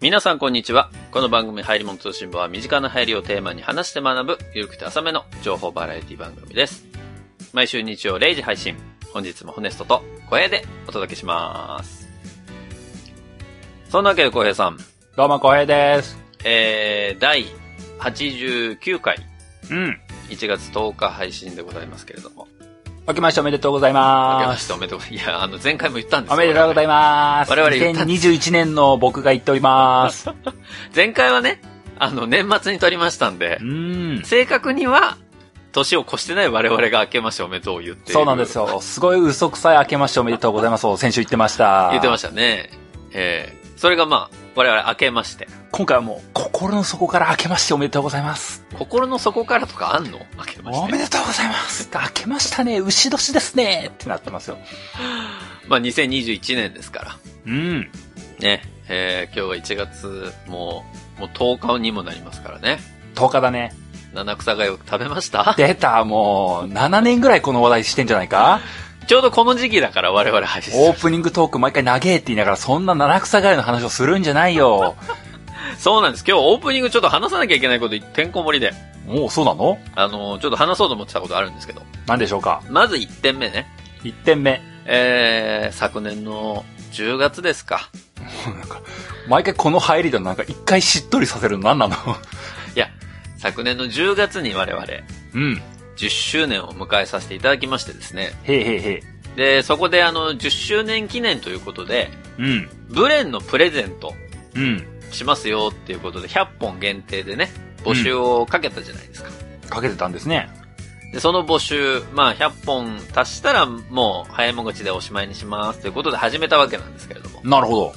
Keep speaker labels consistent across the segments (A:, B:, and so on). A: 皆さんこんにちは。この番組、入り物通信部は身近な入りをテーマに話して学ぶ、ゆるくて浅めの情報バラエティ番組です。毎週日曜0時配信。本日もホネストと小平でお届けします。そんなわけで小平さん、
B: どうも、こへです。
A: えー、第89回、
B: うん。
A: 1月10日配信でございますけれども。
B: 明けましておめでとうござい
A: 明けま
B: ま
A: し
B: す。
A: ておめでとうございます。いや、あの、前回も言ったんです
B: おめでとうございます。
A: 我々言ったん
B: 2021年の僕が言っております。
A: 前回はね、あの、年末に撮りましたんで
B: う、ん。
A: 正確には、年を越してない我々が明けましておめでとうを言っている
B: そうなんです。よ。すごい嘘くさい明けましておめでとうございますを先 週言ってました。
A: 言ってま
B: し
A: したね。ええそれがまあ、我々明けまして。
B: た。今回はもう、心の底から明けましておめでとうございます。
A: 心の底からとかあんの明けまし
B: おめ
A: て。
B: でとうございます。明けましたね。牛年ですね。ってなってますよ。
A: まあ、2021年ですから。
B: うん。
A: ね。ええ今日は1月、もう、もう10日にもなりますからね。
B: 10日だね。
A: 七草がよく食べました
B: 出た、もう、7年ぐらいこの話題してんじゃないか
A: ちょうどこの時期だから我々配信す
B: オ
A: る
B: ープニングトーク毎回長えって言いながら、そんな七草がゆの話をするんじゃないよ。
A: そうなんです。今日オープニングちょっと話さなきゃいけないことてんこ盛りで。
B: もうそうなの
A: あの、ちょっと話そうと思ってたことあるんですけど。
B: なんでしょうか
A: まず1点目ね。
B: 一点目。
A: えー、昨年の10月ですか。
B: なんか、毎回この入りだとなんか一回しっとりさせるの何なの
A: 昨年の10月に我々、
B: うん。
A: 10周年を迎えさせていただきましてですね。
B: へいへいへい。
A: で、そこであの、10周年記念ということで、
B: うん。
A: ブレンのプレゼント
B: うん。
A: しますよっていうことで、100本限定でね、募集をかけたじゃないですか。
B: かけてたんですね。
A: で、その募集、まあ、100本足したら、もう、早いも口でおしまいにしますということで始めたわけなんですけれども。
B: なるほど。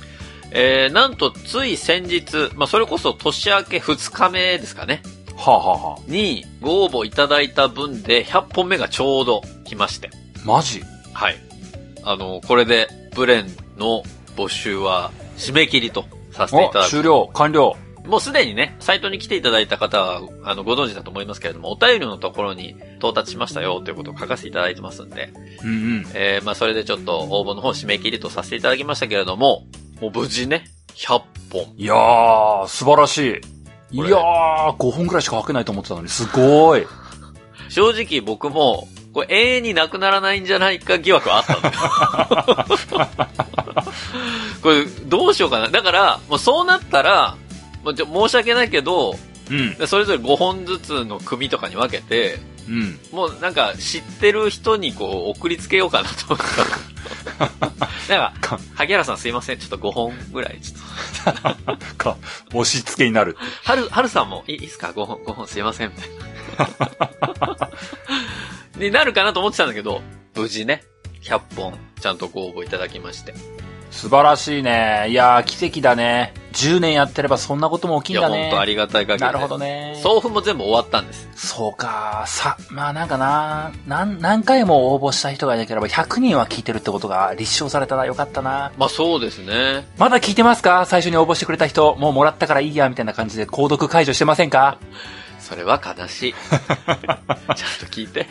A: えー、なんと、つい先日、まあ、それこそ年明け2日目ですかね。
B: はあ、はあはあ、
A: にご応募いただいた分で100本目がちょうど来まして。
B: マジ
A: はい。あの、これでブレンの募集は締め切りとさせていた
B: お、
A: だく。
B: 終了、完了。
A: もうすでにね、サイトに来ていただいた方は、あの、ご存知だと思いますけれども、お便りのところに到達しましたよということを書かせていただいてますんで、
B: うんうん。
A: えー、まあそれでちょっと応募の方締め切りとさせていただきましたけれども、もう無事ね、100本。
B: いやー、素晴らしい。い
A: これ
B: やー、5本くらいしか書けないと思ってたのに、すごい。
A: 正直僕も、これ永遠になくならないんじゃないか疑惑はあったんだよ。これどうしようかな。だから、もうそうなったら、もうちょ申し訳ないけど、
B: うん。
A: それぞれ5本ずつの組とかに分けて、
B: うん。
A: もうなんか知ってる人にこう送りつけようかなと思った。なんか、萩原さんすいません、ちょっと5本ぐらい、ちょっと。
B: か、押し付けになる。
A: はる、はるさんも、いいいっすか ?5 本、5本すいま せん、みたいな。になるかなと思ってたんだけど、無事ね、100本、ちゃんとご応募いただきまして。
B: 素晴らしいね。いやー、奇跡だね。10年やってればそんなことも
A: い
B: 起きん
A: や、
B: だ
A: 本
B: ね。
A: 当ありがたい限りで。
B: なるほどね。
A: 送付も全部終わったんです。
B: そうか、さ、まあなんかな、なん、何回も応募した人がいなければ100人は聞いてるってことが立証されたらよかったな。
A: まあそうですね。
B: まだ聞いてますか最初に応募してくれた人、もうもらったからいいや、みたいな感じで購読解除してませんか
A: それは悲 しい。ちゃんと聞いて。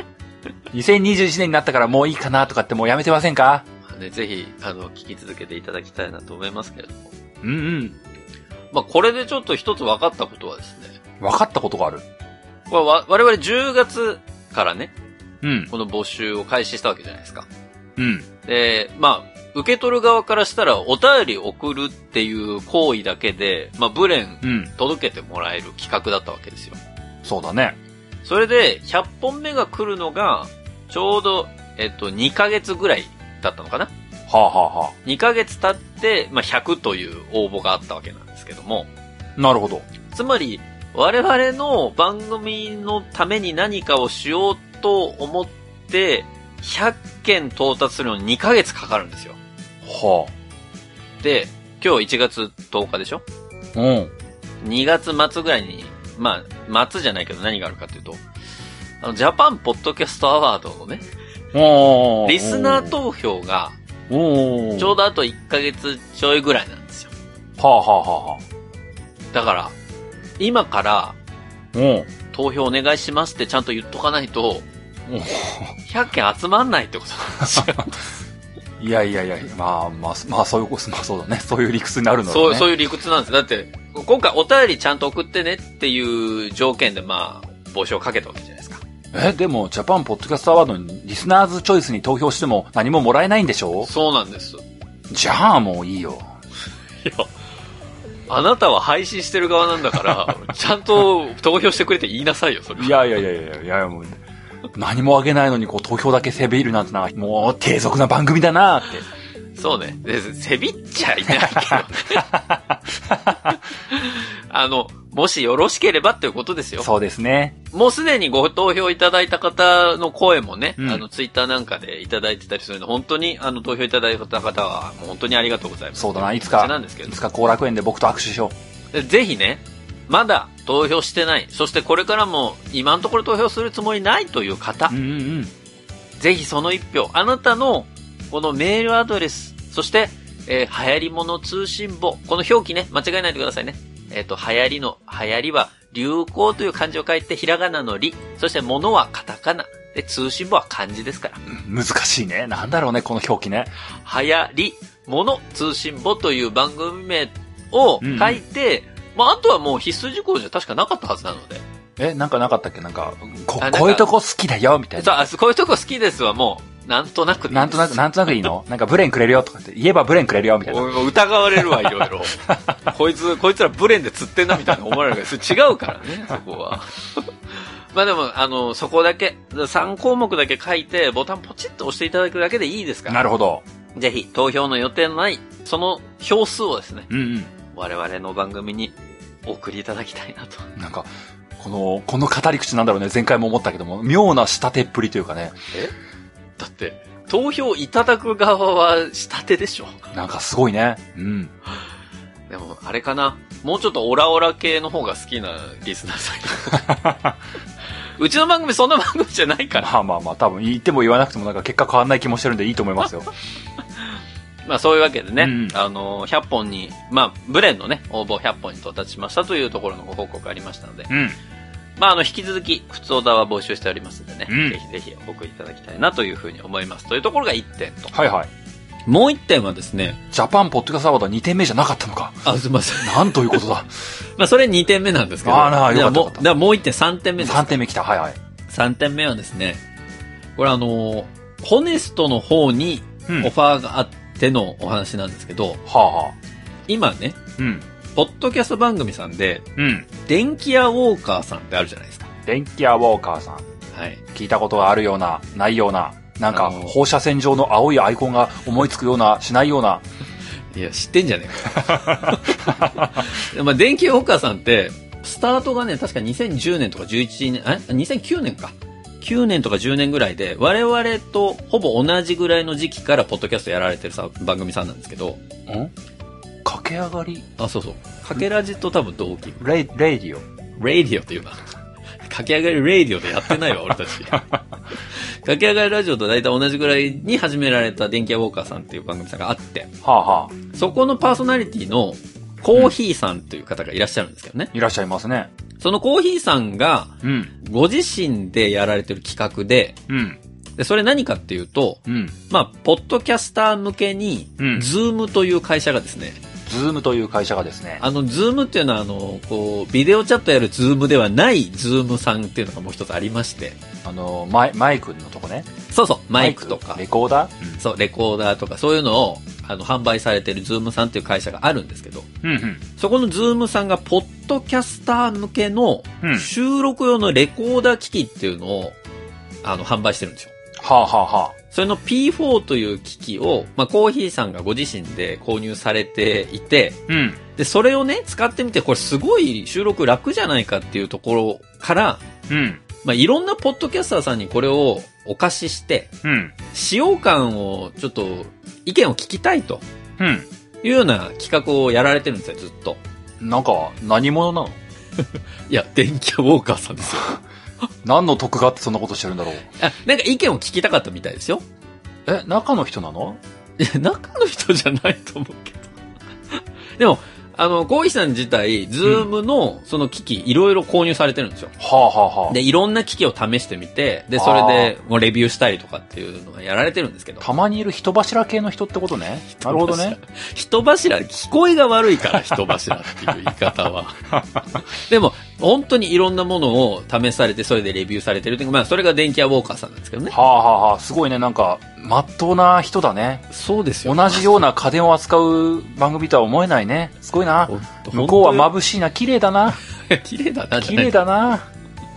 B: ?2021 年になったからもういいかなとかってもうやめてませんか
A: まあね、ぜひ、あの、聞き続けていただきたいなと思いますけれども。
B: うんうん。
A: まあこれでちょっと一つ分かったことはですね、
B: 分かったことがある。
A: これわ我々10月からね、
B: うん。
A: この募集を開始したわけじゃないですか。
B: うん。
A: で、まあ、受け取る側からしたら、お便り送るっていう行為だけで、まあ、ブレン
B: うん。
A: 届けてもらえる企画だったわけですよ。
B: そうだね。
A: それで、100本目が来るのが、ちょうど、えっと、2ヶ月ぐらいだったのかな
B: はあ、はあは
A: ?2 ヶ月経って、まあ、100という応募があったわけなんですけども、
B: あ、なるほど。
A: つまり、我々の番組のために何かをしようと思って、100件到達するのに2ヶ月かかるんですよ。
B: は
A: で、今日1月10日でしょ
B: あ。うん。
A: ?2 月末ぐらいに、まあ、末じゃないけど何があるかというと、あの、ジャパンポッドキャストアワードのね、
B: お
A: リスナー、投票が、
B: お
A: ちょうどあと1ヶ月ちょいぐらいなんですよ。
B: はあ、はあはあはあ。
A: だから、今から
B: うん。
A: 投票お願いしますってちゃんと言っとかないと、100件集まんないってことなんですよ。
B: いやいやいや、まあまあ、まあそういう、まあそうだね。そういう理屈になるの
A: そう、
B: ね。
A: そう
B: う。
A: いう理屈なんです。だって、今回お便りちゃんと送ってねっていう条件で、まあ、募集をかけたわけじゃないですか。
B: え、でも、ジャパンポッドキャストアワードにリスナーズチョイスに投票しても何ももらえないんでしょ
A: そうなんです。い
B: じゃあもういいよ。
A: や、あなたは配信してる側なんだから、 ちゃんと投票してくれって言いなさいよ、それは。
B: いやいやいやいやいや、もう、何もあげないのにこう投票だけせびるなんてな、もう低俗な番組だなって。
A: そうね。で、せびっちゃい ないけどね。あの、もしよろしければということですよ。
B: そうですね。
A: もうすでにご投票いただいた方の声もね、
B: うん
A: あの、ツイッターなんかでいただいてたりするので、本当に、あの、投票いただいた方は、もう本当にありがとうございます。
B: そうだな、いつ
A: 感
B: か
A: じなんですけ、ど
B: いつか後楽園で僕と握手しよ
A: でぜひね、まだ投票してない、そしてこれからも今のところ投票するつもりないという方
B: う。う、んうんうん。
A: ぜひその一票、あなたのこのメールアドレス、そして、えー流行り物通信簿、この表記ね、間違えないでくださいね。えっ、と、流行りの、流行りは、流行という漢字を書いて、ひらがなのり、そして物はカタカナ、で、通信簿は漢字ですから。
B: 難しいね。なんだろうね、この表記ね。
A: 流行り、もの、通信簿という番組名を書いて、まあ、あとはもう必須事項じゃ確かなかったはずなので。
B: え、なんかなかったっけなんか、こ、
A: あなんか
B: こういうとこ好きだよ、みたい
A: そう
B: な。
A: あ、こういうとこ好きですわ、もう。なんとなくでいいです。
B: なんとなく、なんとなくいいのなんかブレンくれるよとかって言えばブレンくれるよ、みたいな。
A: おいもう疑われるわ、いろいろ。こいつ、こいつらブレンで釣ってんな、みたいな思われるから、それ違うからね、そこは。 まあでも、あの、そこだけ、3項目だけ書いて、ボタンポチッと押していただくだけでいいですから、
B: なるほど。
A: ぜひ、投票の予定のない、その票数をですね、
B: うん
A: 我々の番組にお送りいただきたいなと。
B: うん。なんか、この、この語り口なんだろうね。前回も思ったけども、妙な仕立てっぷりというかね。
A: だって、投票いただく側は下手でしょ。
B: なんかすごいね。うん。
A: でも、あれかな。もうちょっとオラオラ系の方が好きなリスナーさんいる。 うちの番組そんな番組じゃないから。
B: まあまあまあ、多分言っても言わなくてもなんか結果変わんない気もしてるんでいいと思います よ。
A: まあそういうわけでね、
B: うん
A: あのー、100本に、まあ、ブレンのね、応募100本に到達しましたというところのご報告がありましたので、
B: うん。
A: まああの、引き続き、普通オーダーは募集しておりますのでね、
B: うん
A: ぜひぜひお送りいただきたいなというふうに思います。というところが1点と。
B: はいはい。
A: もう1点はですね、
B: ジャパンポッドキャストアワードは2点目じゃなかったのか。
A: あ、すいません。
B: なんということだ。
A: まあそれ2点目なんですけど、
B: あらよかった
A: だらもう
B: よかった
A: だらもう1点3点目です。
B: 3点目来た。はいはい。
A: 3点目はですね、これあのー、ホネストの方に
B: うん
A: オファーがあってのお話なんですけど、
B: はあはあ。
A: 今ね、
B: うん。
A: ポッドキャスト番組さんで、
B: うん。
A: 電気屋ウォーカーさんってあるじゃないですか。
B: 電気屋ウォーカーさん。
A: はい。
B: 聞いたことがあるような、ないような、なん
A: あ
B: か
A: の
B: 放射線状の青いアイコンが思いつくような、しないような。
A: いや、知ってんじゃね えか。まあ、電気屋ウォーカーさんって、スタートがね、確か2010年とか11年、え ?2009 年か。9年とか10年ぐらいで、我々とほぼ同じぐらいの時期からポッドキャストやられてるさ番組さんなんですけど、
B: ん駆け上がり
A: あ、そうそう。かけらじと多分同期。
B: レイ、レイディオ。
A: レイディオというか、駆け上がりレイディオでやって ないわ、俺たち。駆け上がりラジオと大体同じぐらいに始められた電気屋ウォーカーさんっていう番組さんがあって、
B: はあはあ。
A: そこのパーソナリティのコーヒーさんという方がいらっしゃるんですけどね。
B: いらっしゃいますね。
A: そのコーヒーさんが
B: うん。
A: ご自身でやられてる企画で、
B: うん。
A: でそれ何かっていうと、
B: うん。
A: まあ、ポッドキャスター向けに、
B: うん
A: ズームという会社がですね、
B: ズームという会社がですね。
A: あの、ズームっていうのは、あの、こう、ビデオチャットやるズームではないズームさんっていうのがもう一つありまして、
B: あの、マイ、マイクのとこね。
A: そうそう、マイクとか、
B: レコーダー
A: そう、レコーダーとか、そういうのを、あの、販売されてるズームさんっていう会社があるんですけど、
B: うんうん。
A: そこのズームさんが、ポッドキャスター向けの
B: うん、
A: 収録用のレコーダー機器っていうのを、あの、販売してるんですよ。
B: はあはあは
A: それの P4 という機器を、まあ、コーヒーさんがご自身で購入されていて、
B: あ。うん。
A: で、それをね、使ってみて、これすごい収録楽じゃないかっていうところから、
B: うん。
A: まあ、いろんなポッドキャスターさんにこれをお貸しして、
B: うん。
A: 使用感をちょっと意見を聞きたいと
B: う
A: いうような企画をやられてるんですよ、ずっと。
B: ん。なんか、何者なの
A: いや、電気屋ウォーカーさん ですよ。
B: 何の得があってそんなことしてるんだろう。
A: あ、なんか意見を聞きたかったみたいですよ。
B: え、中の人なの
A: いや、中の人じゃないと思うけど。でも、あの、ゴイさん自体、ズームのその機器、いろいろ購入されてるんですよ。
B: はあはあはあ。
A: で、いろんな機器を試してみて、で、それで、もうレビューしたりとかっていうのがやられてるんですけど。
B: たまにいる人柱系の人ってことね。なるほどね。。
A: 人柱、聞こえが悪いから、人柱っていう言い方 は。でも、本当にいろんなものを試されて、それでレビューされてるっていうまあ、それが電気屋ウォーカーさんなんですけどね。
B: はあはあはあ。すごいね、なんか、まっとうな人だね。
A: そうですよ。
B: 同じような家電を扱う番組とは思えないね。すごいな。向こうは眩しいな、綺麗だ な、
A: ぶ 綺麗だな、じ
B: 綺
A: ゃない
B: 麗だな。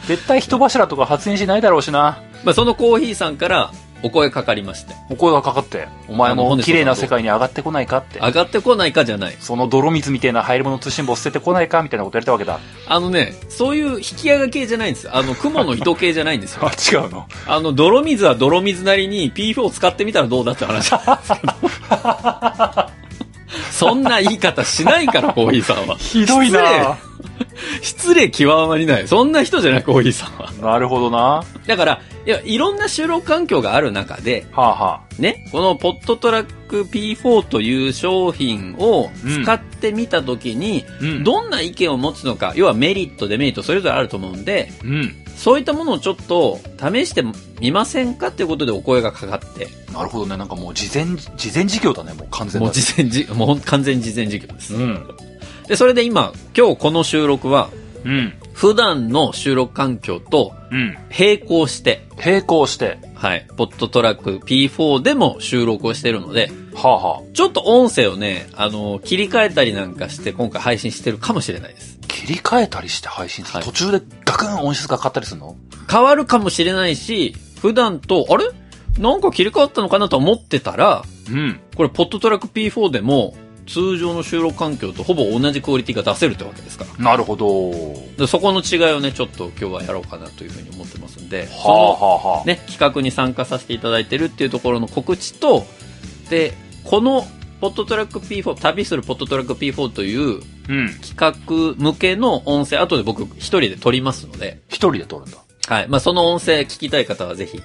B: 絶対人柱とか発煙しないだろうしな。
A: まあ、そのコーヒーさんからお声かかりまして。
B: お声がかかって、お前
A: あの
B: も
A: 本日の
B: 綺麗な世界に上がってこないかって。
A: 上がってこないかじゃない。
B: その泥水みたいな入り物通信簿捨ててこないかみたいなことやりたわけだ。
A: あのね、そういう引き上げ系じゃないんです。あの、雲の糸系じゃないんですよ。
B: あ、違うの。
A: あの、泥水は泥水なりに P4 を使ってみたらどうだって話なん ですけど。そんな言い方しないから、コーヒーさんは。
B: ひどいな。
A: 失礼極まりない。そんな人じゃない、コーヒーさんは。
B: なるほどな。は
A: だから、いや、いろんな収録環境がある中で、
B: あ、は
A: ね、このポットトラック P4 という商品を使ってみたときに、
B: あ、うん
A: どんな意見を持つのか、要はメリット、デメリット、それぞれあると思うんで、
B: うん。
A: そういったものをちょっと試してみませんかっていうことでお声がかかって、
B: なるほどね。なんかもう事前、事前事業だね、もう完全
A: も
B: な
A: う事前じ、もうほん完全事前授業です。
B: うん。
A: で、それで今、今日この収録は、
B: うん。
A: 普段の収録環境と
B: うん。
A: 並行して、
B: 並行して。
A: はい、ポットトラック P4 でも収録をしてるので、
B: はあ、は
A: ちょっと音声をね、あの、切り替えたりなんかして今回配信してるかもしれないです。
B: あ、切り替えたりして配信する、
A: はい
B: 途中でガクン音質が変わったりするの
A: 変わるかもしれないし、普段と、あれなんか切り替わったのかなと思ってたら、
B: うん。
A: これ、ポットトラック P4 でも、通常の収録環境とほぼ同じクオリティが出せるってわけですから。
B: なるほど。
A: でそこの違いをね、ちょっと今日はやろうかなというふうに思ってますんで、
B: はあ、はあ、は
A: その
B: あ。
A: ね、企画に参加させていただいてるっていうところの告知と、で、この、ポットトラック P4、旅するポットトラック P4 という
B: うん。
A: 企画向けの音声、後で僕一人で撮りますので、
B: 一人で撮るんだ。
A: はい。まあ、その音声聞きたい方はぜひ、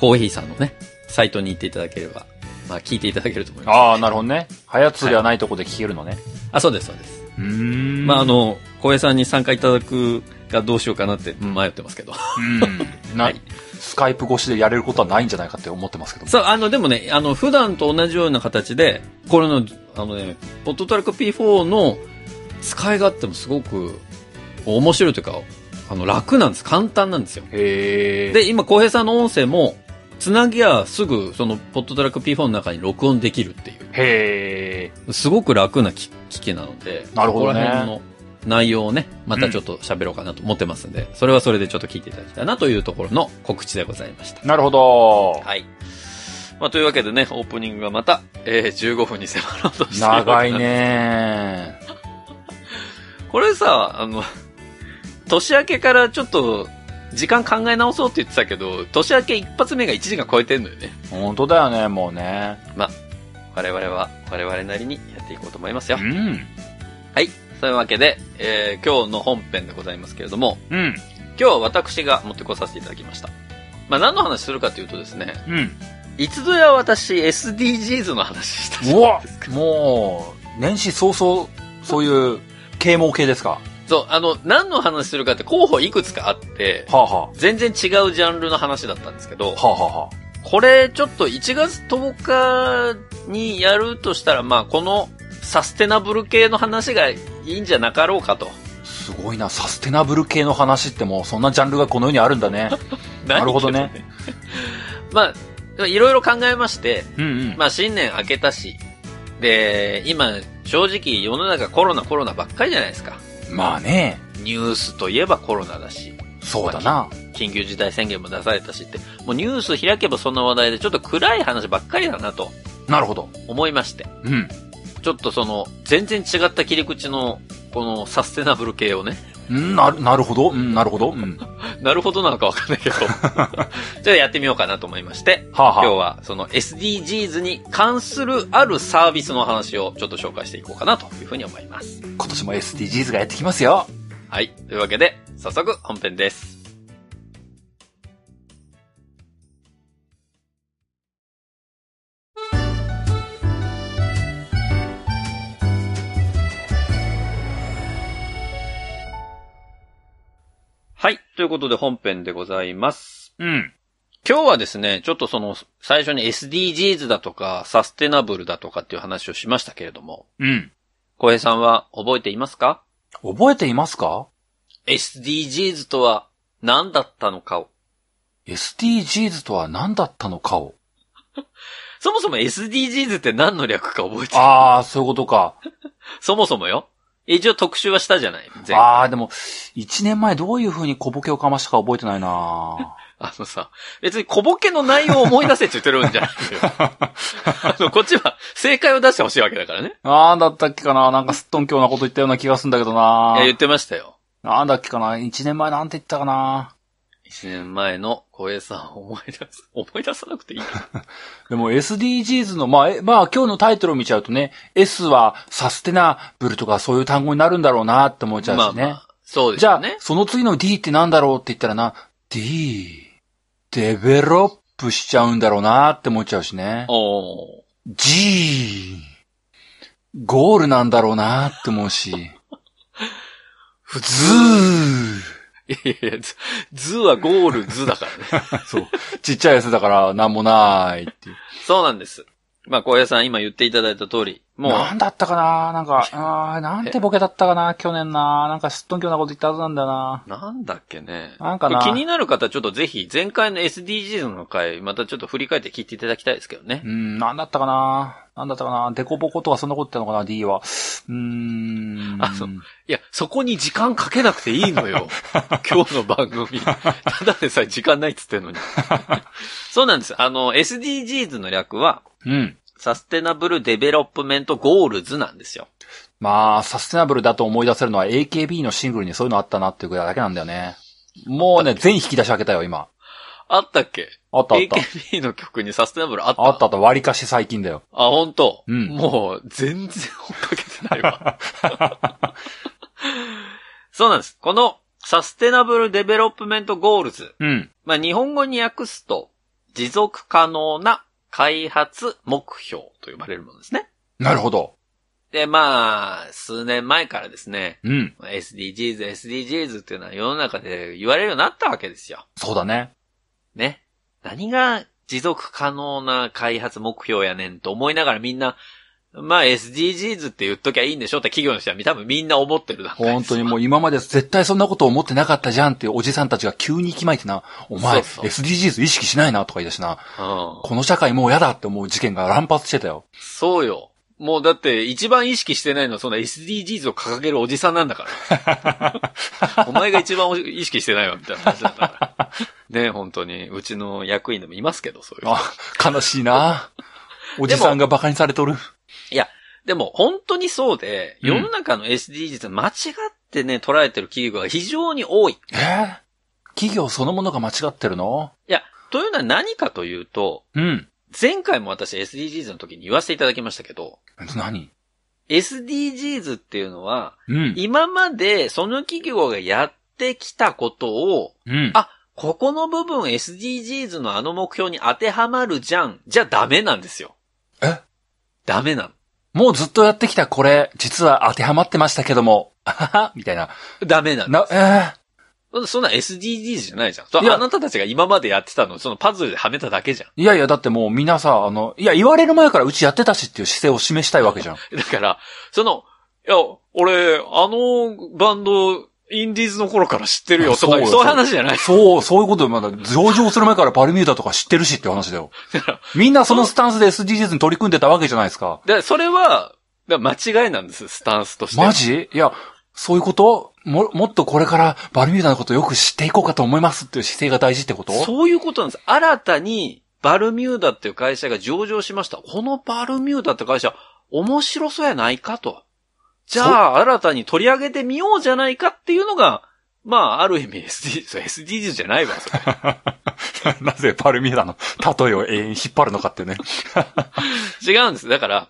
A: コーヒーさんのね、サイトに行っていただければ、まあ、聞いていただけると思います。
B: ああ、なるほどね。早通ではないとこで聞けるのね。
A: あ、そうです、そうです。
B: うーん
A: まあ、あ、の、小江さんに参加いただくがどうしようかなって迷ってますけど。
B: うん。な、
A: はい
B: スカイプ越しでやれることはないんじゃないかって思ってますけど。
A: そう、あの、でもね、あの、普段と同じような形で、これの、あのね、ポットトラック P4 の使い勝手もすごく面白いというか、あの、楽なんです。簡単なんですよ。
B: へえ。、
A: で、今、小平さんの音声も、つなぎはすぐ、その、ポットトラック P4 の中に録音できるっていう。
B: へえ。
A: すごく楽な機機器なので、
B: なるほどね
A: そこら辺の内容をね、またちょっと喋ろうかなと思ってますんで、それはそれでちょっと聞いていただきたいなというところの告知でございました。
B: なるほど。
A: はい。まあ、というわけでね、オープニングがまた、えー、15分に迫ろうとしているわけなん
B: 長い。ね
A: これさ、あの、年明けからちょっと、時間考え直そうって言ってたけど、年明け一発目が1時間超えてんのよね。
B: 本当だよね、もうね。
A: 我々は、我々なりにやっていこうと思います
B: う
A: よ。
B: ん。
A: はい。そういうわけで、えー、今日の本編でございますけれども、
B: うん。
A: 今日は私が持ってこさせていただきました。まあ、何の話するかというとですね、
B: うん。
A: いつぞや私 SDGs の話したじゃ
B: う
A: ない
B: わ
A: ですか。
B: もう、年始早々、そういう、啓蒙系ですか。は
A: そう、あの、何の話するかって候補いくつかあって、
B: あ、は
A: 全然違うジャンルの話だったんですけど
B: あ、、はあ、はあは
A: これちょっと1月10日にやるとしたら、まあ、このサステナブル系の話がいいんじゃなかろうかと。
B: あ。すごいな、サステナブル系の話ってもう、そんなジャンルがこの世にあるんだ ね。なるほどね
A: 何け。 まあ、いろいろ考えまして、
B: うんうん。
A: まあ新年明けたし、で、今、正直世の中コロナコロナばっかりじゃないですか。
B: まあね、
A: ニュースといえばコロナだし、
B: そうだな。
A: 緊急事態宣言も出されたしって、もうニュース開けばそんな話題でちょっと暗い話ばっかりだなと
B: なるほど。
A: 思いまして、
B: うん。
A: ちょっとその、全然違った切り口の、このサステナブル系をね、
B: うんなる、なるほど。うん、なるほど。うん。は
A: なるほどなのかわかんないけど、ちょ っとやってみようかなと思いまして、
B: あ、はあ
A: 今日。はその SDGs に関するあるサービスの話をちょっと紹介していこうかなというふうに思います。
B: 今年も SDGs がやってきますよ。
A: はい。というわけで、早速本編です。はい。ということで本編でございます。
B: うん。
A: 今日はですね、ちょっとその、最初に SDGs だとか、サステナブルだとかっていう話をしましたけれども、
B: うん。
A: 小平さんは覚えていますか
B: 覚えていますか
A: ?SDGs とは何だったのかを。
B: ?SDGs とは何だったのかを。
A: そもそも SDGs って何の略か覚えてる
B: ああ、そういうことか。
A: そもそもよ。一応特集はしたじゃない前回
B: ああ、でも、一年前どういう風に小ボケをかましたか覚えてな いな
A: あのさ、別に小ボケの内容を思い出せって言ってるん じゃないよ。あの、こっちは正解を出してほしいわけだからね。
B: ああ、だったっけかななんかすっとんきょうなこと言ったような気がするんだけどない
A: や、言ってましたよ。
B: なんだっけかな一年前なんて言ったかな
A: 一年前の小江さんを思い出す。 思い出さなくていい。
B: でも SDGs の、まあ、えまあ今日のタイトルを見ちゃうとね、S はサステナブルとかそういう単語になるんだろうなって思っちゃうしね。
A: まあまあ、そうです
B: じゃ
A: よ
B: あ、
A: ね。
B: その次の D ってなんだろうって言ったらな、D、デベロップしちゃうんだろうなって思っちゃうしね。
A: おー
B: G、ゴールなんだろうなって思うし。普通
A: いやいやいや、図図はゴール図だからね。
B: そう。ちっちゃいやつだからなんもないっていう。
A: そうなんです。まあ、小江さん今言っていただいた通り、もう、
B: なんだったかななんか、あーなんてボケだったかな去年ななんかすっとんきょうなこと言ったはずなんだよな
A: なんだっけね。
B: なんかな
A: これ気になる方、ちょっとぜひ、前回の SDGs の回、またちょっと振り返って聞いていただきたいですけどね
B: う。ん、なんだったかななんだったかなデコボコとかそんなこと言ったのかな ?D は。うーん。
A: あそういや、そこに時間かけなくていいの よ。今日の番組。ただでさえ時間ないっつってんのに。 そうなんです。あの、SDGs の略は、
B: うん。
A: サステナブルデベロップメントゴールズなんですよ。
B: まあ、サステナブルだと思い出せるのは AKB のシングルにそういうのあったなっていうぐらいだけなんだよね。もうね、全引き出し開けたよ、今。
A: あったっけ
B: あったあった。
A: ?AKB の曲にサステナブルあった
B: あったあった、割かし最近だよ。
A: あ、本当。
B: うん
A: もう、全然追っかけてないわ。そうなんです。この、サステナブルデベロップメントゴールズ。
B: うん。
A: まあ、日本語に訳すと、持続可能な開発目標と呼ばれるものですね。
B: なるほど。
A: で、まあ、数年前からですね、
B: うん。
A: SDGs、SDGs っていうのは世の中で言われるようになったわけですよ。
B: そうだね。
A: ね。何が持続可能な開発目標やねんと思いながらみんな、まあ SDGs って言っときゃいいんでしょって企業の人は多分みんな思ってる段階
B: 本当にもう今まで絶対そんなこと思ってなかったじゃんっていうおじさんたちが急に息巻いてな、お前
A: そうそう
B: SDGs 意識しないなとか言い出し
A: う
B: な、
A: ん。
B: この社会もう嫌だって思う事件が乱発してたよ。
A: そうよ。もうだって一番意識してないのはその SDGs を掲げるおじさんなんだ から。お前が一番お意識してないわみたいな話だったから。ね本当に。うちの役員でもいますけど、そういう人。
B: あ、悲しいな。おじさんが馬鹿にされとる。
A: でも本当にそうで、
B: うん
A: 世の中の SDGs 間違ってね、捉えてる企業が非常に多い。
B: えー企業そのものが間違ってるの
A: いや、というのは何かというと、
B: うん。
A: 前回も私 SDGs の時に言わせていただきましたけど、
B: 何
A: SDGs っていうのは、
B: うん。
A: 今までその企業がやってきたことを、
B: うん
A: あ。ここの部分 SDGs のあの目標に当てはまるじゃん、じゃダメなんですよ。
B: え
A: ダメな
B: もうずっとやってきたこれ、実は当てはまってましたけども、あははみたいな。
A: の。ダメなの。
B: な、え
A: そんな SDGs じゃないじゃん。そ
B: い
A: れ
B: や
A: あなたたちが今までやってたの、そのパズルではめただけじゃ
B: ーいやいや、だってもうみんなさ、あの、いや、言われる前からうちやってたしっていう姿勢を示したいわけじゃん。
A: ん。だから、その、いや、俺、あのバンド、インディーズの頃から知ってるよと
B: そう
A: か、
B: よ
A: そういう話じゃない。
B: そう、そういうことでまだ上場する前からバルミューダとか知ってるしって 話だよ。みんなそのスタンスで SDGs に取り組んでたわけじゃないですか。
A: で、それは、だ間違いなんです、スタンスとして。
B: マジいや、そういうことも、もっとこれからバルミューダのことよく知っていこうかと思いますっていう姿勢が大事ってこと
A: そういうことなんです。新たに、バルミューダっていう会社が上場しました。このバルミューダって会社、面白そうやないかと。じゃあ、新たに取り上げてみようじゃないかっていうのが、まあ、ある意味 SDGs、SDGs じゃないわ、 それ
B: なぜバルミューダの例えを永遠引っ張るのかってね。
A: 違うんです。だから、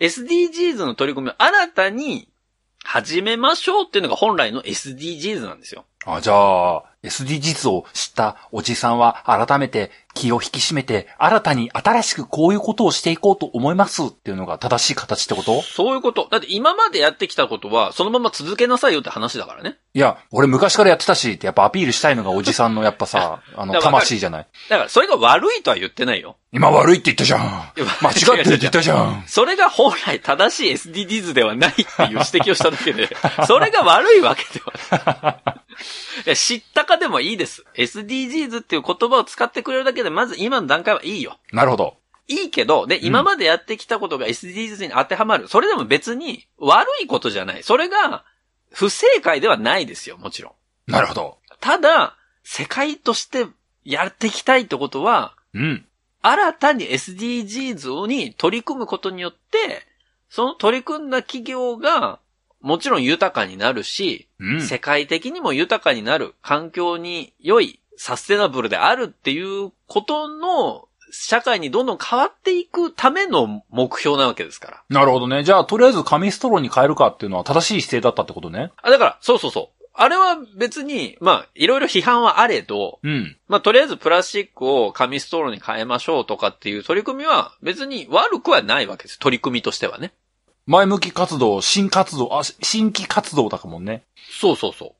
A: SDGs の取り組みを新たに始めましょうっていうのが本来の SDGs なんですよ。
B: あ、じゃあ、 SDGs を知ったおじさんは改めて気を引き締めて、新たに新しくこういうことをしていこうと思いますっていうのが正しい形ってこと
A: そういうこと。だって今までやってきたことは、そのまま続けなさいよって話だからね。
B: いや、俺昔からやってたしってやっぱアピールしたいのがおじさんのやっぱさ、 あ
A: だからわ
B: の、
A: かる
B: 魂じゃない。
A: だから、それが悪いとは言ってないよ。
B: 今悪いって言ったじゃん。
A: いや
B: 間違ってるって言ったじゃん。
A: それが本来正しい SDGs ではないっていう指摘をしただけで、 それが悪いわけではない。いや知ったかでもいいです。SDGs っていう言葉を使ってくれるだけで、まず今の段階はいいよ。
B: なるほど。
A: いいけど、で、今までやってきたことが SDGs に当てはまる。それでも別に悪いことじゃない。それが不正解ではないですよ、もちろん。
B: なるほど。
A: ただ、世界としてやっていきたいってことは、
B: うん。
A: 新たに SDGs に取り組むことによって、その取り組んだ企業が、もちろん豊かになるし、
B: うん。
A: 世界的にも豊かになる、環境に良い、サステナブルであるっていうことの、社会にどんどん変わっていくための目標なわけですから。
B: なるほどね。じゃあ、とりあえず紙ストローに変えるかっていうのは正しい姿勢だったってことね。
A: あ、だから、そうそうそう。あれは別に、まあ、いろいろ批判はあれど、
B: うん。
A: まあ、とりあえずプラスチックを紙ストローに変えましょうとかっていう取り組みは別に悪くはないわけです。取り組みとしてはね。
B: 前向き活動、新活動、あ、し新規活動だかもんね。
A: そうそうそう。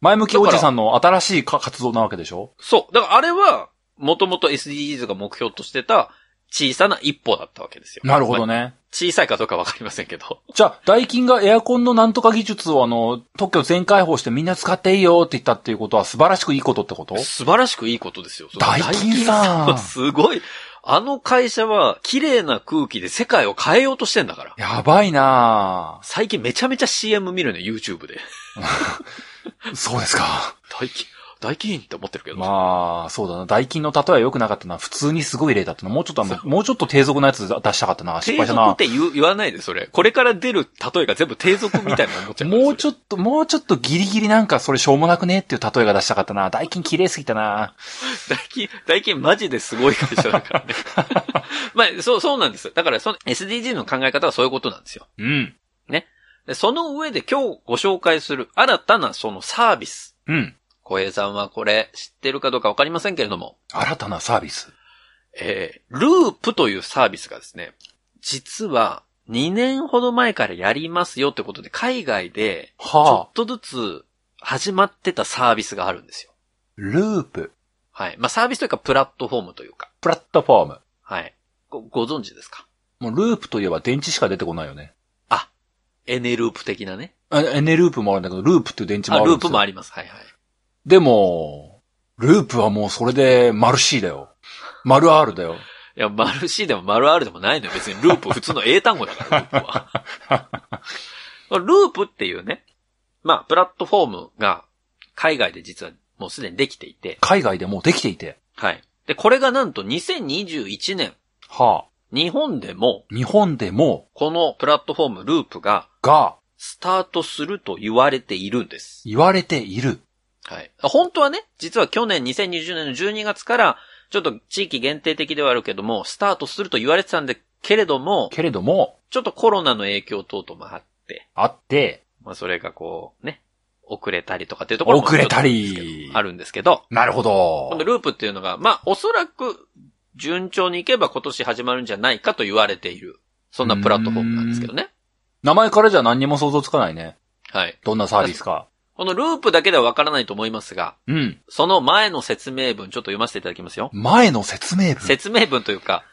B: 前向きおじさんの新しいか活動なわけでしょ
A: そう。だからあれは、もともと SDGs が目標としてた小さな一歩だったわけですよ。
B: なるほど
A: まあ
B: ね。
A: 小さいかどうかわかりませんけど。
B: じゃあ、ダイキンがエアコンのなんとか技術をあの、特許全開放してみんな使っていいよって言ったっていうことは素晴らしくいいことってこと
A: 素晴らしくいいことですよ。その
B: ダイキンさん
A: ダイキン すごい。あの会社は綺麗な空気で世界を変えようとしてんだから。
B: やばいな
A: 最近めちゃめちゃ CM 見るね、YouTube で。
B: ぁそうですか。
A: ダイキン、ダイキンって思ってるけど。
B: まあ、そうだな。ダイキンの例えは良くなかったな。普通にすごい例だったな。もうちょっとあの、もうちょっと低俗なやつ出したかったな。失
A: 低
B: 敗した
A: 俗っ
B: な。
A: て言う言わないで、それ。これから出る例えが全部低俗みたいな思っちゃうから。
B: もうち
A: ょっ
B: ょっと、もうちょっとギリギリなんかそれしょうもなくねっていう例えが出したかったな。ダイキン綺麗すぎたな。
A: と。ダイキン、ダイキンマジですごい会社だ からね。まあ、そう、そうなんです。だから、その SDG の考え方はそういうことなんですよ。
B: うん。
A: でその上で今日ご紹介する新たなそのサービス。
B: うん。
A: 小平さんはこれ知ってるかどうかわかりませんけれども、
B: 新たなサービス。
A: えー、ループというサービスがですね、実は2年ほど前からやりますよってことで海外でちょ
B: はあ
A: っ。とずつ始まってたサービスがあるんですよ。
B: ループ。
A: はい。まあ、サービスというかプラットフォームというか。
B: プラットフォーム。
A: はい。ご、ご存知ですか
B: もうループといえば電池しか出てこないよね。
A: あ、エネループ的なね。
B: あエネループもあるんだけど、ループっていう電池も
A: あ、
B: あるん
A: ルー
B: ですよ。
A: プもあります。はいはい。
B: でも、ループはもうそれで丸 C だよ。丸 R だよ。
A: いや、丸 C でも丸 R でもないのよ。別にループ、 普通の英単語だから、ループは。ループっていうね、まあ、プラットフォームが、海外で実はもうすでにできていて、
B: 海外でもうできていて。
A: はい。で、これがなんと2021年、
B: は
A: 日本でも、
B: あ。日本でも、
A: このプラットフォームループが、
B: が、
A: スタートすると言われているんです。
B: 言われている。
A: はい。本当はね、実は去年2020年の12月から、ちょっと地域限定的ではあるけども、スタートすると言われてたんだけれども、
B: けれども、
A: ちょっとコロナの影響等々もあって、
B: あって、
A: まあそれがこう、ね、遅れたりとかっていうところも
B: 遅れた
A: ちょっ
B: り
A: と。あるんですけど、
B: なるほ
A: こ
B: ど
A: の。ループっていうのが、まあおそらく順調にいけば今年始まるんじゃないかと言われている、そんなプラットフォームなんですけどね。
B: 名前からじゃ何にも想像つかないね。
A: はい。
B: どんなサービスか。
A: このループだけではわからないと思いますが、
B: うん。
A: その前の説明文ちょっと読ませていただきますよ。
B: 前の説明文。
A: 説明文というか、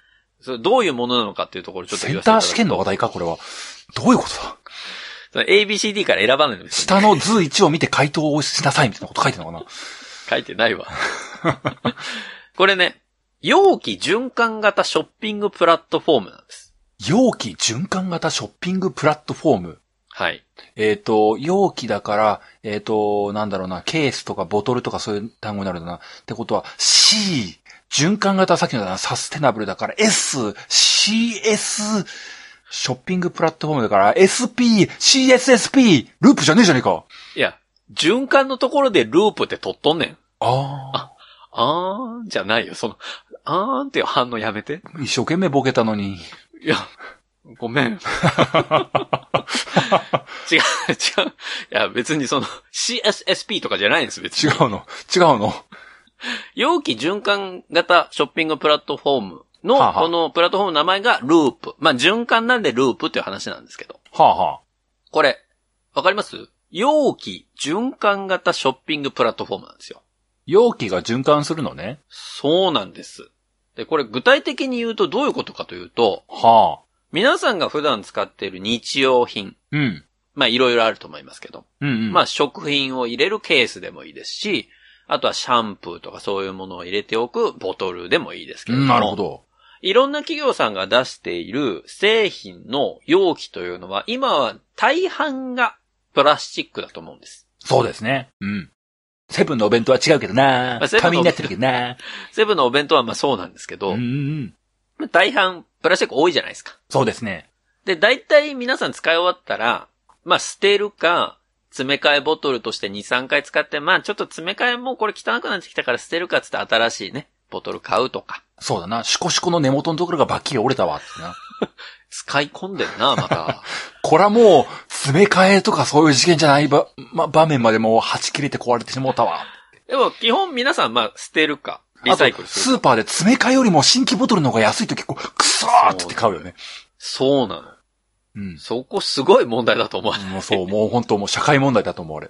A: それどういうものなのかっていうところをちょっと
B: セ
A: 言
B: ン
A: わせていた
B: ター
A: だ
B: 試
A: き
B: 験の話題か、これは。どういうことだ
A: その ABCD から選ばないのですよね
B: 下の図1を見て回答をしなさいみたいなこと書いてるのかな
A: 書いてないわ。 これね、容器循環型ショッピングプラットフォームなんです。
B: 容器循環型ショッピングプラットフォーム。
A: はい。
B: えっ、と、容器だから、えっ、と、なんだろうな、ケースとかボトルとかそういう単語になるんだな。ってことは、C、循環型さっきのだな、サステナブルだから、S、CS、ショッピングプラットフォームだから、SP、CSSP、ループじゃねえじゃねえか。
A: いや、循環のところでループって取っとんねん。
B: あ
A: あーんじゃないよ、その、あーんっていう反応やめて。
B: あ、一生懸命ボケたのに。
A: いや、ごめ ん。違う、違う。いや、別にその、CSSP とかじゃないんです、別
B: 違
A: に。
B: うの違うの
A: 容器循環型ショッピングプラットフォームの、
B: はあはあ
A: このプラットフォームの名前がループ。まあ、循環なんでループっていう話なんですけど。
B: はあは
A: これ、わかります容器循環型ショッピングプラットフォームなんですよ。
B: 容器が循環するのね。
A: そうなんです。で、これ具体的に言うとどういうことかというと、
B: はあ。
A: 皆さんが普段使っている日用品、
B: うん。
A: まあいろいろあると思いますけど、
B: うんうん。
A: まあ食品を入れるケースでもいいですし、あとはシャンプーとかそういうものを入れておくボトルでもいいですけ
B: う
A: れど
B: ん
A: も、
B: なるほど。
A: いろんな企業さんが出している製品の容器というのは、今は大半がプラスチックだと思うんです。
B: そうですね。うん。セブンのお弁当は違うけどな
A: まあセブンの
B: 紙になってるけどな
A: セブンのお弁当はまあそうなんですけ
B: うん
A: ど
B: う、ん。
A: まあ大半プラスチック多いじゃないですか。
B: そうですね。
A: で、大体皆さん使い終わったら、まあ捨てるか、詰め替えボトルとして2、3回使って、まあちょっと詰め替えもうこれ汚くなってきたから捨てるかっつって新しいね、ボトル買うとか、
B: そうだな。シコシコの根元のところがバッキリ折れたわってな。
A: 使い込んでんな、ま た。
B: これはもう、詰め替えとかそういう事件じゃないば、ま、場面までもう、はち切れて壊れてしもうたわ。
A: でも基本皆さんまあ捨てるか、リサイクル
B: あと
A: するか。
B: スーパーで詰め替えよりも新規ボトルの方が安いと結構、くそーって言って買うよね。
A: そうなの。
B: う ん。
A: そこすごい問題だと思わない。
B: もうそう、もう本当もう社会問題だと思う、あれ。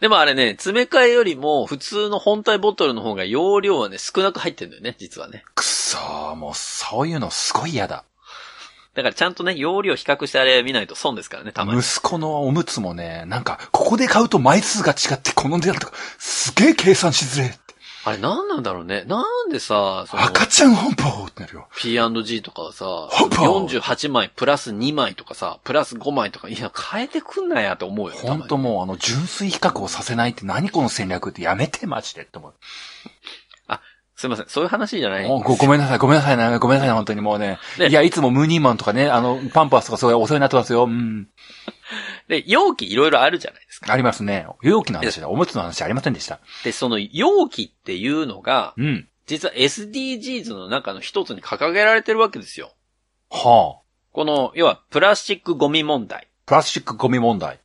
A: でもあれね、詰め替えよりも普通の本体ボトルの方が容量はね、少なく入ってるんだよね、実はね。
B: くそー、もうそういうのすごい嫌だ。
A: だからちゃんとね、容量比較してあれ見ないと損ですからね、たまに。
B: 息子のおむつもね、なんか、ここで買うと枚数が違ってこの値段とか、すげえ計算しづれえって。
A: あれ何なんだろうね。なんでさ、その、
B: 赤ちゃん本舗ってなるよ。
A: P&G とかはさ、
B: ほぼ
A: 48枚プラス2枚とかさ、プラス5枚とか、いや、変えてくんなやと思うよ。
B: ほんと
A: たまに
B: もうあの、純粋比較をさせないって何この戦略ってやめてマジでって思う。
A: すいません、そういう話じゃない。
B: もうごごめんなさい、ごめんなさいな、ごめんなさいな、本当にもうね。
A: ね
B: いや、いつもムーニーマンとかね、あの、パンパースとかすごいお世話になってますよ。うん。
A: で、容器いろいろあるじゃないですか。
B: ありますね。容器の話だ。おむつの話ありませんでした。
A: で、その容器っていうのが、
B: うん。
A: 実は SDGs の中の一つに掲げられてるわけですよ。
B: はあ。
A: この、要は、プラスチックゴミ問題。
B: プラスチックゴミ問題。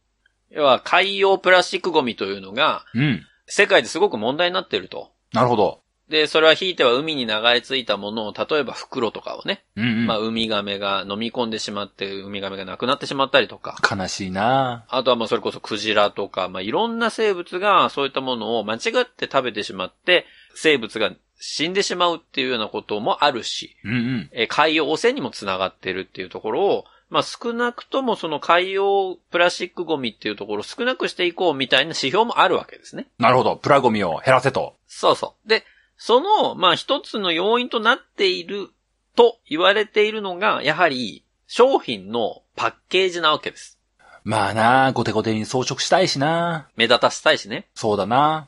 A: 要は、海洋プラスチックゴミというのが、
B: うん。
A: 世界ですごく問題になってると。
B: なるほど。
A: で、それはひいては海に流れ着いたものを、例えば袋とかをね、
B: うん、うん。
A: まあ、ウミガメが飲み込んでしまって、ウミガメが亡くなってしまったりとか、
B: 悲しいな
A: あとはまあ、それこそクジラとか、まあ、いろんな生物がそういったものを間違って食べてしまって、生物が死んでしまうっていうようなこともあるし、
B: うんうん。
A: えー海洋汚染にもつながってるっていうところを、まあ、少なくともその海洋プラスチックゴミっていうところを少なくしていこうみたいな指標もあるわけですね。
B: なるほど。プラゴミを減らせと。
A: そうそう。で、その、まあ、一つの要因となっていると言われているのが、やはり、商品のパッケージなわけです。
B: まあなごてごてに装飾したいしな
A: 目立たせたいしね。
B: そうだな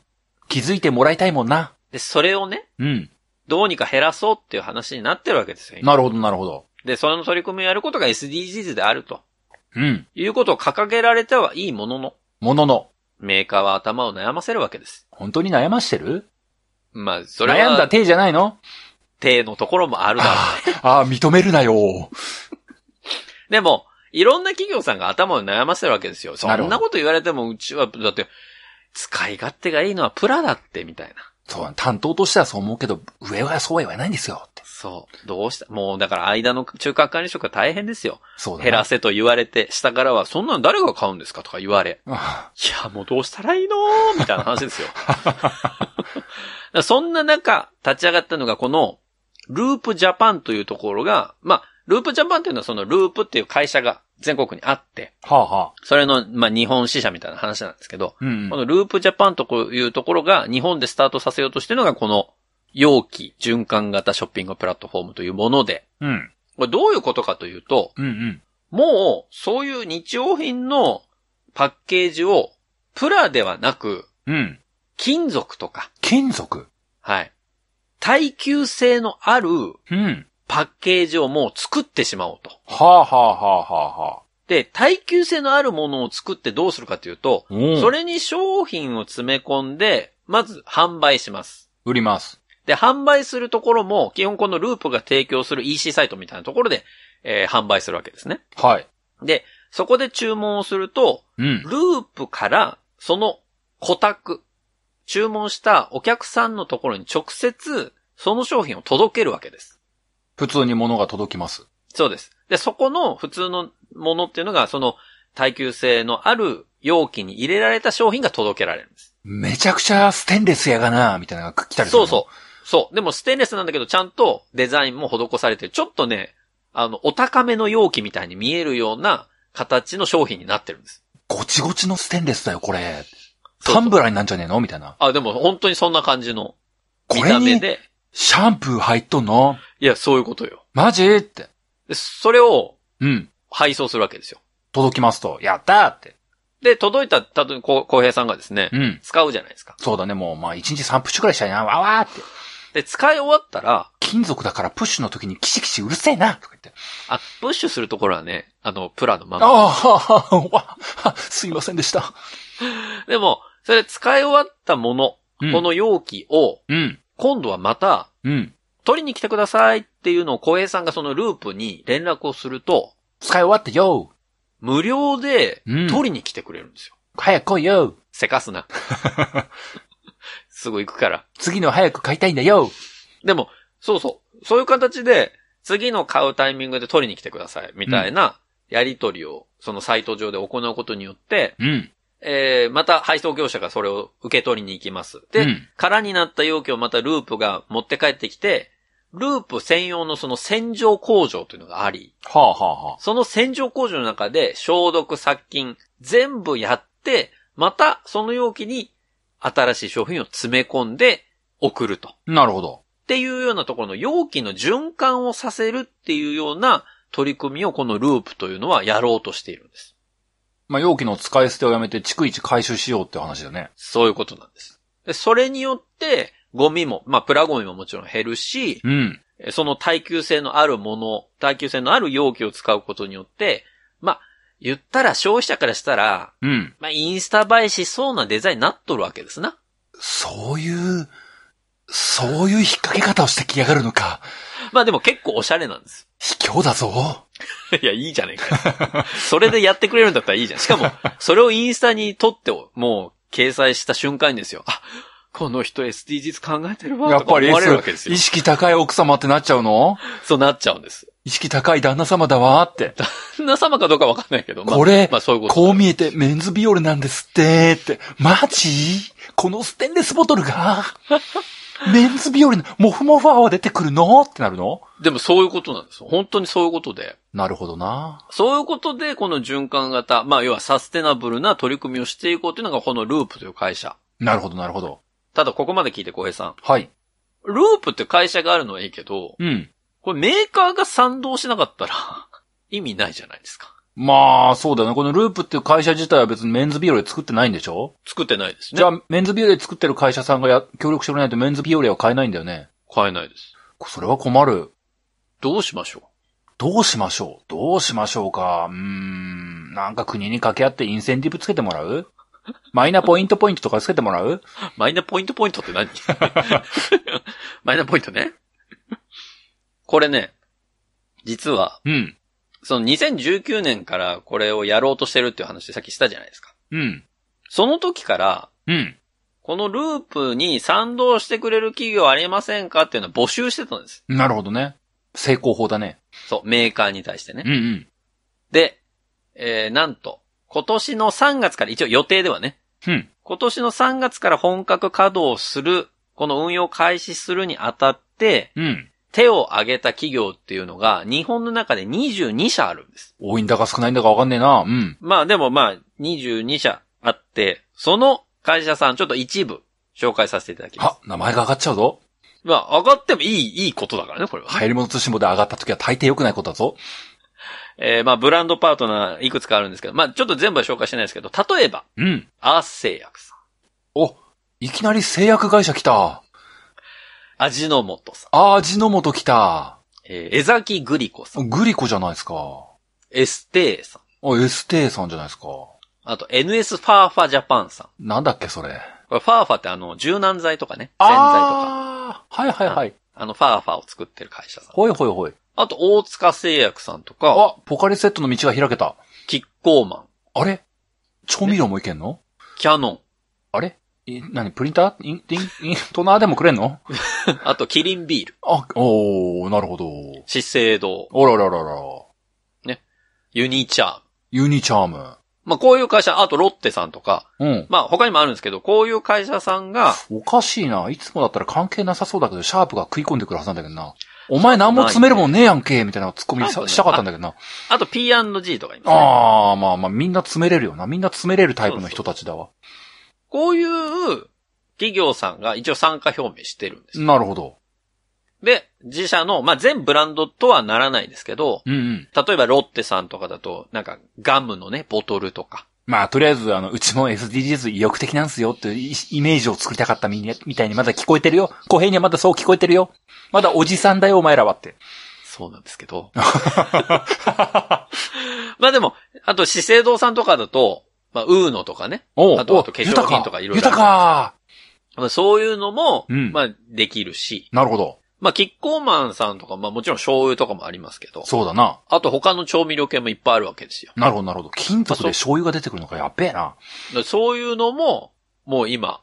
B: 気づいてもらいたいもんな。
A: で、それをね、
B: うん。
A: どうにか減らそうっていう話になってるわけですよ。今
B: なるほど、なるほど。
A: で、その取り組みをやることが SDGs であると
B: うん。
A: いうことを掲げられてはいいものの、
B: ものの、
A: メーカーは頭を悩ませるわけです。
B: 本当に悩ましてる
A: まあ、それは、
B: 悩んだ手じゃないの
A: 手のところもあるだろうね。
B: ああ、認めるなよ。
A: でも、いろんな企業さんが頭を悩ませるわけですよ。そ
B: なる
A: ん
B: ほ
A: な
B: ど
A: こと言われても、うちは、だって、使い勝手がいいのはプラだって、みたいな。
B: そう、担当としてはそう思うけど、上はそうは言わないんですよ。って
A: そう。どうしたもう、だから間の中核管理職は大変ですよ。
B: そうだな
A: 減らせと言われて、下からは、そんなん誰が買うんですかとか言われ。
B: あ
A: いや、もうどうしたらいいのみたいな話ですよ。 だからそんな中、立ち上がったのがこの、ループジャパンというところが、まあ、ループジャパンっていうのはそのループっていう会社が全国にあって、
B: あはあはあ。
A: それの、まあ、日本支社みたいな話なんですけど、
B: うん
A: こ
B: うん。
A: のループジャパンというところが日本でスタートさせようとしているのがこの容器循環型ショッピングプラットフォームというもので、
B: うん。
A: これどういうことかというと、
B: うんうん。
A: もうそういう日用品のパッケージをプラではなく
B: うん。
A: 金属とか、
B: 金属
A: はい。耐久性のある
B: うん。
A: パッケージをもう作ってしまおうと。
B: はあはあはあはあはあ。
A: で、耐久性のあるものを作ってどうするかというと、
B: うん
A: それに商品を詰め込んで、まず販売します。
B: 売ります。
A: で、販売するところも、基本このループが提供する EC サイトみたいなところで、えー販売するわけですね。
B: はい。
A: で、そこで注文をすると、
B: うん。
A: ループから、その、顧客、注文したお客さんのところに直接、その商品を届けるわけです。
B: 普通に物が届きます。
A: そうです。で、そこの普通のものっていうのが、その耐久性のある容器に入れられた商品が届けられるんです。
B: めちゃくちゃステンレスやがな、みたいなのが来たりす
A: そ
B: るの。
A: うそう。そう。でもステンレスなんだけど、ちゃんとデザインも施されてる。ちょっとね、あの、お高めの容器みたいに見えるような形の商品になってるんです。
B: ごちごちのステンレスだよ、これ。
A: そうそ
B: タ
A: う
B: ンブラーになんじゃねえのみたいな。
A: あ、でも本当にそんな感じの見
B: これ
A: た目
B: に
A: で。
B: シャンプー入っとんの
A: いや、そういうことよ。
B: マジって。
A: でそれを
B: うん。
A: 配送するわけですよ。
B: 届きますと。やったーって。
A: で、届いた、たとえ、こう、浩平さんがですね
B: う、ん。
A: 使うじゃないですか。
B: そうだね、もう、まあ、1日3プッシュくらいしたいな、わわーって。
A: で、使い終わったら、
B: 金属だからプッシュの時にキシキシうるせえな、とか言って。
A: あ、プッシュするところはね、あの、プラのまま。
B: ああ、わ、 すいませんでした。
A: でも、それ使い終わったもの、
B: うん
A: この容器を、
B: うん。
A: 今度はまた、
B: うん。
A: 取りに来てくださいっていうのを小平さんがそのループに連絡をすると、
B: 使い終わったよ。
A: 無料で、
B: うん
A: 取りに来てくれるんですよ。
B: 早く来いよ。
A: せかすな。 すぐ行くから。
B: 次の早く買いたいんだよ。
A: でも、そうそう。そういう形で、次の買うタイミングで取りに来てください。みたいな、やり取りを、そのサイト上で行うことによって、
B: うん。
A: えー、また配送業者がそれを受け取りに行きます。で、
B: うん
A: 空になった容器をまたループが持って帰ってきて、ループ専用のその洗浄工場というのがあり、
B: はあはあはあ。
A: その洗浄工場の中で消毒、殺菌、全部やって、またその容器に新しい商品を詰め込んで送ると。
B: なるほど。
A: っていうようなところの容器の循環をさせるっていうような取り組みをこのループというのはやろうとしているんです。
B: まあ、容器の使い捨てをやめて、逐一回収しようって話だね。
A: そういうことなんです。でそれによって、ゴミも、まあ、プラゴミももちろん減るし、
B: うん。
A: えその耐久性のあるもの、耐久性のある容器を使うことによって、まあ、言ったら消費者からしたら、
B: うん。
A: まあ、インスタ映えしそうなデザインになっとるわけですな。
B: そういう、そういう引っ掛け方をしてきやがるのか。
A: まあでも結構おしゃれなんです。
B: 卑怯だぞ。
A: いや、いいじゃねえか よ。それでやってくれるんだったらいいじゃん。しかも、それをインスタに撮ってお、もう、掲載した瞬間にですよ。あ、この人 SDGs 考えてるわ、
B: や
A: と
B: っ
A: か
B: ぱり
A: 思われるわけです
B: S、
A: よ
B: 意。識高い奥様ってなっちゃうの
A: そうなっちゃうんです。
B: 意識高い旦那様だわーって。
A: 旦那様かどうかわかんないけど、まあ、
B: これ
A: まあそういうこと。
B: こう見えてメンズビオレなんですってって。マジこのステンレスボトルがメンズビオレのモフモフ泡出てくるのってなるの
A: でもそういうことなんですよ。本当にそういうことで。
B: なるほどな。
A: そういうことで、この循環型、まあ要はサステナブルな取り組みをしていこうというのがこのループという会社。
B: なるほど、なるほど。
A: ただここまで聞いて小平さん。
B: はい。
A: ループって会社があるのはいいけど、
B: うん。
A: これメーカーが賛同しなかったら 意味ないじゃないですか。
B: まあ、そうだよね。このループっていう会社自体は別にメンズビオレ作ってないんでしょ、
A: 作ってないですね。
B: じゃあ、メンズビオレ作ってる会社さんがや協力してくれないとメンズビオレは買えないんだよね。
A: 買えないです。
B: それは困る。
A: どうしましょ
B: どうしましょうどうしましょうかうーん。なんか国に掛け合ってインセンティブつけてもらうマイナポイントポイントとかつけてもらう
A: うマイナポイントポイントって何 マイナポイントね。これね、実は、
B: うん。
A: その2019年からこれをやろうとしてるっていう話さっきしたじゃないですか。
B: うん。
A: その時から、
B: うん。
A: このループに賛同してくれる企業ありませんかっていうのは募集してたんです。
B: なるほどね。成功法だね。
A: そう、メーカーに対してね。
B: うんうん。
A: で、えー、なんと、今年の3月から、一応予定ではね、
B: うん。
A: 今年の3月から本格稼働する、この運用開始するにあたって、
B: うん。
A: 手を挙げた企業っていうのが、日本の中で22社あるんです。
B: 多いんだか少ないんだかわかんねえな。うん。
A: まあでもまあ、22社あって、その会社さん、ちょっと一部、紹介させていただきます。
B: あ、名前が上がっちゃうぞ。
A: まあ、上がってもいい、いいことだからね、これは。
B: 流行り物通信簿で上がった時は大抵良くないことだぞ。
A: えー、まあ、ブランドパートナーいくつかあるんですけど、まあ、ちょっと全部は紹介してないですけど、例えば、
B: うん。
A: アース製薬さん、
B: お、いきなり製薬会社来た。
A: 味の素さん、
B: 味の素来た。
A: えー、江崎グリコさん、
B: グリコじゃないですか。あ、
A: エステーさん、
B: ST さんじゃないですか。
A: あと NS ファーファジャパンさん。
B: なんだっけ、それ。
A: これファーファってあの、柔軟剤とかね、洗剤とか、
B: ああーはいはいはい。
A: あの、ファーファを作ってる会社さん。
B: ほいほいほい。
A: あと、大塚製薬さんとか、
B: あ、ポカリセットの道が開けた。
A: キッコーマン、
B: あれ調味料もいけんの
A: キャノ
B: あれえ、何プリンターイン、イン、イントナーでもくれんの
A: ン、あと、キリンビール、
B: あ、おー、なるほど。
A: 資生堂、
B: あらららら。
A: ユニチャーム。
B: ユニチャーム。
A: まあ、こういう会社、あと、ロッテさんとか、
B: うん。
A: まあ、他にもあるんですけど、こういう会社さんが、
B: おかしいな。いつもだったら関係なさそうだけど、シャープが食い込んでくるはずなんだけどな。お前何も詰めるもんねえやんけ、みたいなツッコミ
A: あ
B: さしたかったんだけどな。
A: あと P&G とかいますね。
B: あー、まあまあ、みんな詰めれるよな。みんな詰めれるタイプの人たちだわ。
A: こういう企業さんが一応参加表明してるんですよ。
B: なるほど。
A: で、自社の、まあ、全ブランドとはならないですけど、
B: うんうん。
A: 例えばロッテさんとかだと、なんかガムのね、ボトルとか。
B: まあ、とりあえず、あの、うちも SDGs 意欲的なんすよっていうイイメージを作りたかったみんなみたいにまだ聞こえてるよ。公平にはまだそう聞こえてるよ。まだおじさんだよ、お前らはって。
A: そうなんですけ ど。まあでも、あと資生堂さんとかだと、まあ、ウーノとかね。
B: おう
A: あと
B: おう
A: あと化粧品とかいろいろ
B: 豊か
A: まあ、そういうのも、
B: うん
A: まあ、できるし。
B: なるほど。
A: まあ、キッコーマンさんとか、まあ、もちろん醤油とかもありますけど、
B: そうだな。
A: あと他の調味料系もいっぱいあるわけですよ。
B: なるほど、なるほど。金属で醤油が出てくるのか、やっべえな。
A: だからそういうのも、もう今、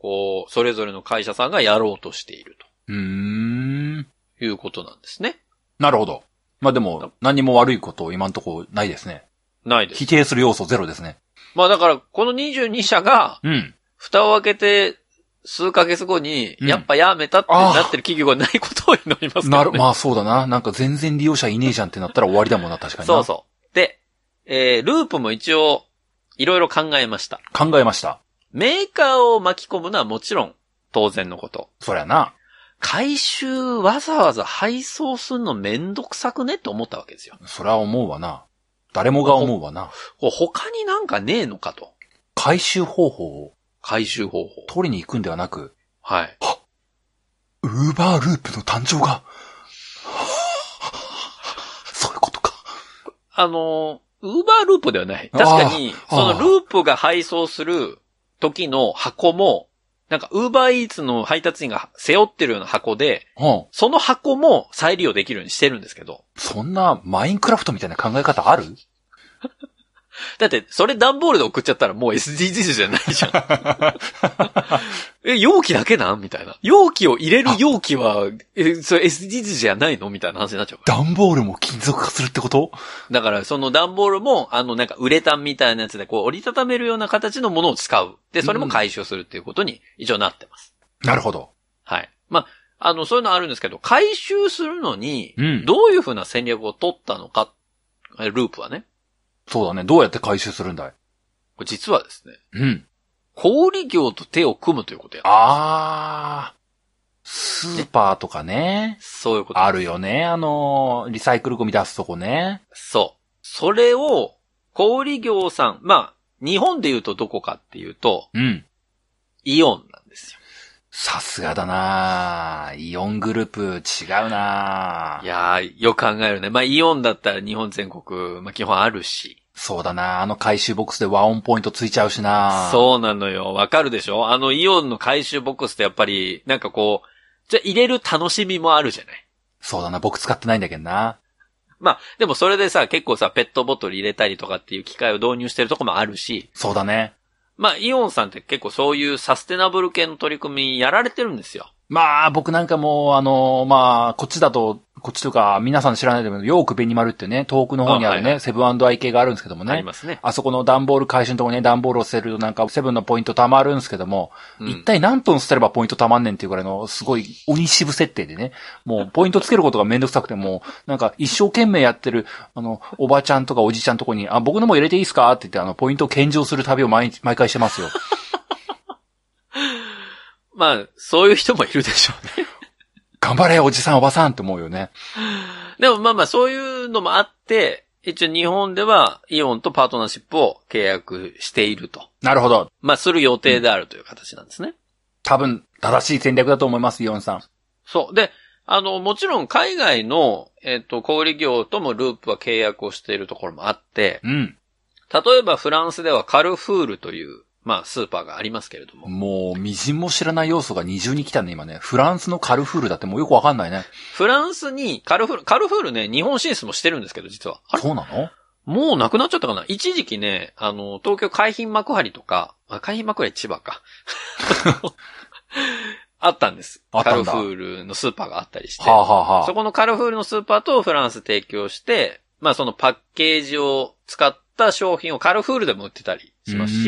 A: こう、それぞれの会社さんがやろうとしている
B: うーん。
A: ということなんですね。
B: なるほど。まあでも、何も悪いこと今んとこないですね。
A: ないです
B: 否。定する要素ゼロですね。
A: まあだから、この22社が、
B: うん。
A: 蓋を開けて、数ヶ月後に、
B: うん
A: やっぱやめたって
B: ああ
A: なってる企業がないことを祈りますけどね。
B: なる、まあそうだな。なんか全然利用者いねえじゃんってなったら終わりだもんな、確かにな。
A: そうそう。で、えー、ループも一応、いろいろ考えました。
B: 考えました。
A: メーカーを巻き込むのはもちろん、当然のこと。
B: そりゃな。
A: 回収わざわざ配送するのめんどくさくねって思ったわけですよ。
B: そりゃ思うわな。誰もが思うわな。
A: これ他になんかねえのかと。
B: 回収方法を
A: 回収方法。
B: 取りに行くんではなく、
A: はい。
B: ウーバーループの誕生が。 そういうことか。
A: あのー、ウーバーループではない。確かに、
B: あ
A: そ
B: ー
A: の
B: あー
A: ループが配送する時の箱も、なんかウーバーイーツの配達員が背負ってるような箱で、
B: うん。
A: その箱も再利用できるようにしてるんですけど。
B: そんなマインクラフトみたいな考え方ある
A: だって、それ段ボールで送っちゃったらもう SDGs じゃないじゃん。 え、容器だけなんみたいな。容器を入れる容器は、え、それ SDGs じゃないのみたいな話になっちゃうから。
B: 段ボールも金属化するってこと
A: だから、その段ボールも、あの、なんか、ウレタンみたいなやつで、こう、折りたためるような形のものを使う。で、それも回収するっていうことに、一応なってます。
B: なるほど。
A: はい。まあ、あの、そういうのあるんですけど、回収するのに
B: う、ん
A: どういうふうな戦略を取ったのか、えループはね。
B: そうだね。どうやって回収するんだい
A: これ実はですね、
B: うん。
A: 小売業と手を組むということや。
B: あー。スーパーとかね。
A: そういうこと。
B: あるよね。あのー、リサイクルゴミ出すとこね。
A: そう。それを、小売業さん、まあ、日本で言うとどこかっていうと、
B: うん。
A: イオンなんですよ。
B: さすがだなイオングループ違うない
A: やー、よく考えるね。まあ、イオンだったら日本全国、まあ、基本あるし。
B: そうだなあの回収ボックスで和音ポイントついちゃうしな
A: そうなのよ。わかるでしょあの、イオンの回収ボックスってやっぱり、なんかこう、じゃあ入れる楽しみもあるじゃない。
B: そうだな。僕使ってないんだけどな。
A: まあ、でもそれでさ、結構さ、ペットボトル入れたりとかっていう機械を導入してるとこもあるし、
B: そうだね。
A: まあ、イオンさんって結構そういうサステナブル系の取り組みやられてるんですよ。
B: まあ、僕なんかもう、あの、まあ、こっちだと、こっちとか、皆さん知らないと思うけど、ヨークベニマルっていうね、東北の方にあ
A: あ
B: る
A: はいは
B: ね、セブン &I 系があるんですけども
A: あり
B: ね。
A: ますね。
B: あそこの段ボール回収のとこね、段ボールを捨てるとなんか、セブンのポイント貯まるんですけども、
A: うん
B: 一体何トン捨てればポイント貯まんねんっていうぐらいの、すごい鬼渋設定でね、もうポイントつけることがめんどくさくて、もう、なんか一生懸命やってる、あの、おばちゃんとかおじちゃんとこに、あ、僕のも入れていいですかって言って、あの、ポイントを献上する旅を毎日、毎回し てますよ。
A: まあ、そういう人もいるでしょうね。
B: 頑張れ、おじさん、おばさんって思うよね。
A: でもまあまあそういうのもあって、一応日本ではイオンとパートナーシップを契約していると。
B: なるほど。
A: まあする予定であるという形なんですね。
B: 多分、正しい戦略だと思います、イオンさん。
A: そう。で、あの、もちろん海外の、えっ、と、小売業ともループは契約をしているところもあって、
B: うん。
A: 例えばフランスではカルフールというまあ、スーパーがありますけれども。
B: もう、みじんも知らない要素が二重に来たね、今ね。フランスのカルフールだってもうよくわかんないね。
A: フランスに、カルフール、カルフールね、日本進出もしてるんですけど、実は。あれ
B: そうなの
A: もうなくなっちゃったかな一時期ね、あの、東京海浜幕張とか、あ海浜幕張千葉か。 あったんです。
B: あったんだ
A: カルフールのスーパーがあったりして。
B: はあ、はあは
A: そこのカルフールのスーパーとフランス提供して、まあそのパッケージを使った商品をカルフールでも売ってたり
B: あ、
A: します
B: うー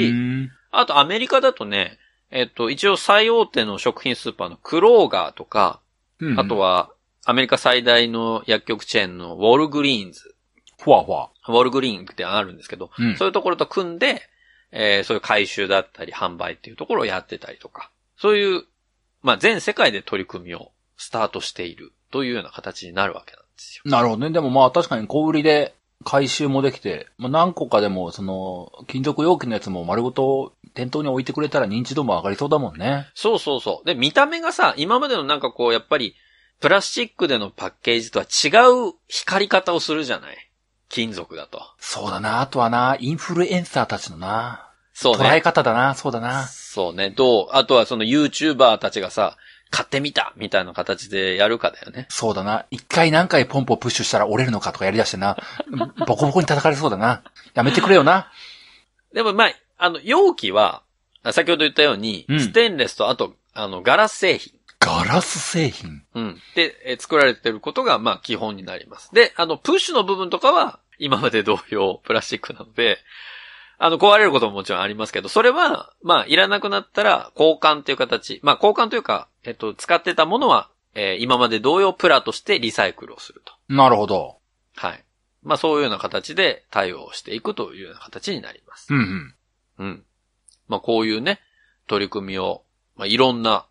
A: し、
B: ん
A: あとアメリカだとね、えっと、一応最大手の食品スーパーのクローガーとか、
B: うん
A: あと、はアメリカ最大の薬局チェーンのウォールグリーンズ、
B: ふわふわ。
A: ウォールグリーンってあるんですけど、
B: うん
A: そういうところと組んで、えーそういう回収だったり販売っていうところをやってたりとか、そういう、まあ全世界で取り組みをスタートしているというような形になるわけなんですよ。
B: なるほどね。でもまあ確かに小売りで回収もできて、まあ何個かでも、その、金属容器のやつも丸ごと店頭に置いてくれたら認知度も上がりそうだもんね。
A: そうそうそう。で、見た目がさ、今までのなんかこう、やっぱり、プラスチックでのパッケージとは違う光り方をするじゃない金属だと。
B: そうだな、あとはな、インフルエンサーたちのな、
A: そう
B: 捉え
A: ね。
B: 方だな、そうだな。
A: そうね。どうあとはその YouTuber たちがさ、買ってみたみたいな形でやるかだよね。
B: そうだな。一回何回ポンポンプッシュしたら折れるのかとかやりだして な。ボコボコに叩かれそうだな。やめてくれよな。
A: でもまあ、あの、容器は、あ先ほど言ったように、
B: うん
A: ステンレスとあと、あの、ガラス製品。
B: ガラス製品。
A: うん。で、えー作られてることが、まあ、基本になります。で、あの、プッシュの部分とかは、今まで同様、プラスチックなので、あの、壊れることももちろんありますけど、それは、まあ、いらなくなったら、交換という形。まあ、交換というか、えっと、使ってたものは、えー今まで同様、プラとしてリサイクルをすると。
B: なるほど。
A: はい。まあ、そういうような形で対応していくというような形になります
B: う。んうん。
A: うん。まあ、こういうね、取り組みを、まあ、いろんな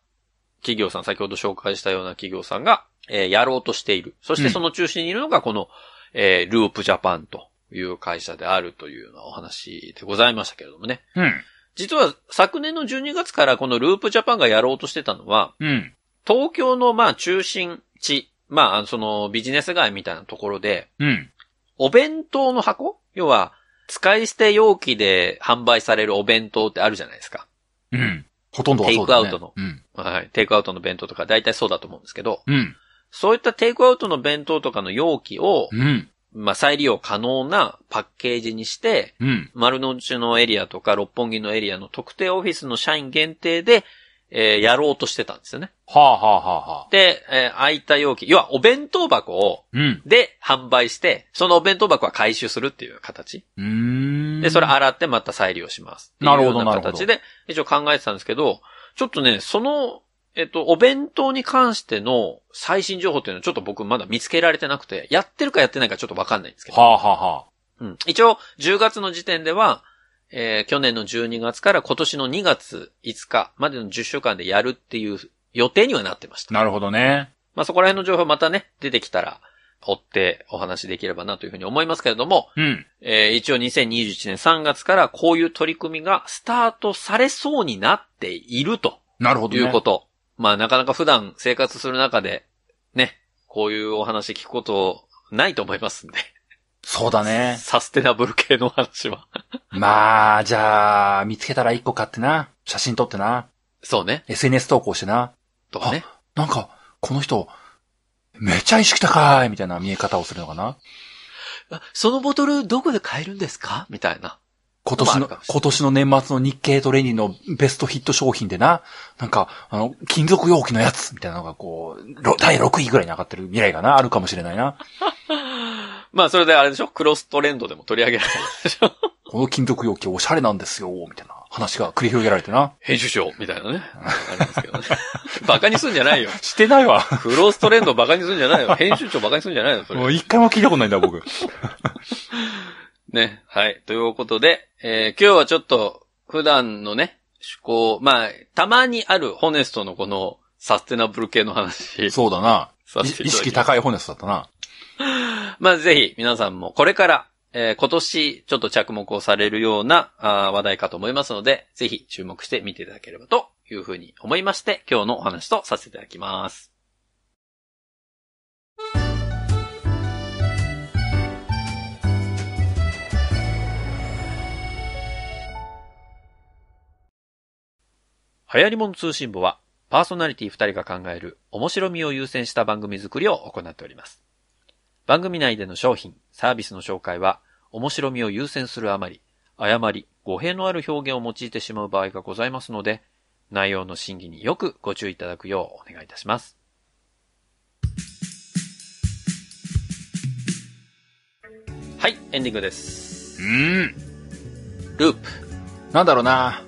A: 企業さん、先ほど紹介したような企業さんが、えーやろうとしている。そし
B: う
A: て
B: ん
A: その中心にいるのが、この、えーループジャパンという会社であるというようなお話でございましたけれどもね。
B: うん。
A: 実は昨年の12月からこのループジャパンがやろうとしてたのは、
B: うん。
A: 東京のまあ中心地、まああのそのビジネス街みたいなところで、
B: うん。
A: お弁当の箱要は、使い捨て容器で販売されるお弁当ってあるじゃないですか。
B: うん。ほとんどはそうだね。
A: テイクアウトの
B: うん。
A: はい。テイクアウトの弁当とか大体そうだと思うんですけど、
B: うん。
A: そういったテイクアウトの弁当とかの容器を、
B: うん。
A: まあ、再利用可能なパッケージにして、
B: うん。
A: 丸の内のエリアとか六本木のエリアの特定オフィスの社員限定で、えーやろうとしてたんですよね。
B: はあはあはあはあ。
A: で、えー空いた容器、要はお弁当箱を、
B: うん。
A: で販売して、そのお弁当箱は回収するっていう形。
B: うーん。
A: で、それ洗ってまた再利用します。
B: なるほ
A: って
B: ど
A: いうよう
B: なるほど
A: 形で、一応考えてたんですけど、ちょっとね、その、えっと、お弁当に関しての最新情報っていうのはちょっと僕まだ見つけられてなくて、やってるかやってないかちょっとわかんないんですけど。
B: はあはあはあ。
A: うん、一応、10月の時点では、えー去年の12月から今年の2月5日までの10週間でやるっていう予定にはなってました。
B: なるほどね。
A: まあ、そこら辺の情報またね、出てきたら、追ってお話できればなというふうに思いますけれども、
B: うん。
A: えー一応2021年3月からこういう取り組みがスタートされそうになっていると
B: なるほど
A: い
B: ね。
A: うこと。まあなかなか普段生活する中で、ね、こういうお話聞くことないと思いますんで。
B: そうだね。
A: サステナブル系のお話は。
B: まあ、じゃあ、見つけたら一個買ってな。写真撮ってな。
A: そうね。
B: SNS 投稿してな。
A: とかね。
B: なんか、この人、めちゃ意識高いみたいな見え方をするのかな
A: あそのボトルどこで買えるんですかみたいな。
B: 今年
A: まあある
B: の、
A: かもしれない
B: 今年の年末の日経トレーニーのベストヒット商品でな、なんか、あの、金属容器のやつみたいなのがこう、ろ第6位ぐらいに上がってる未来がな、あるかもしれないな。
A: まあそれであれでしょクロストレンドでも取り上げられたでしょ
B: この金属容器おしゃれなんですよ、みたいな話が繰り広げられてな。
A: 編集長みたいなね。ありますけど ね。バカにすんじゃないよ。
B: してないわ。
A: クロストレンドバカにするんじゃないよ。編集長バカにするんじゃないよ、それ
B: も。う一回も聞いたことないん だ、僕。
A: ね。はい。ということで、えー今日はちょっと、普段のね、趣向、まあ、たまにあるホネストのこの、サステナブル系の話、
B: そうだな。
A: さ
B: い
A: せてい
B: 意
A: ただ
B: 識
A: き
B: 高いホネストだったな。
A: まあ、ぜひ、皆さんも、これから、えー今年、ちょっと着目をされるような、あー話題かと思いますので、ぜひ、注目して見ていただければというふうに思いまして、今日のお話とさせていただきます。流行り物通信簿は、パーソナリティ2人が考える面白みを優先した番組作りを行っております。番組内での商品、サービスの紹介は、面白みを優先するあまり、誤り、語弊のある表現を用いてしまう場合がございますので、内容の審議によくご注意いただくようお願いいたします。はい、エンディングです。
B: うん。
A: ループ。
B: なんだろうな。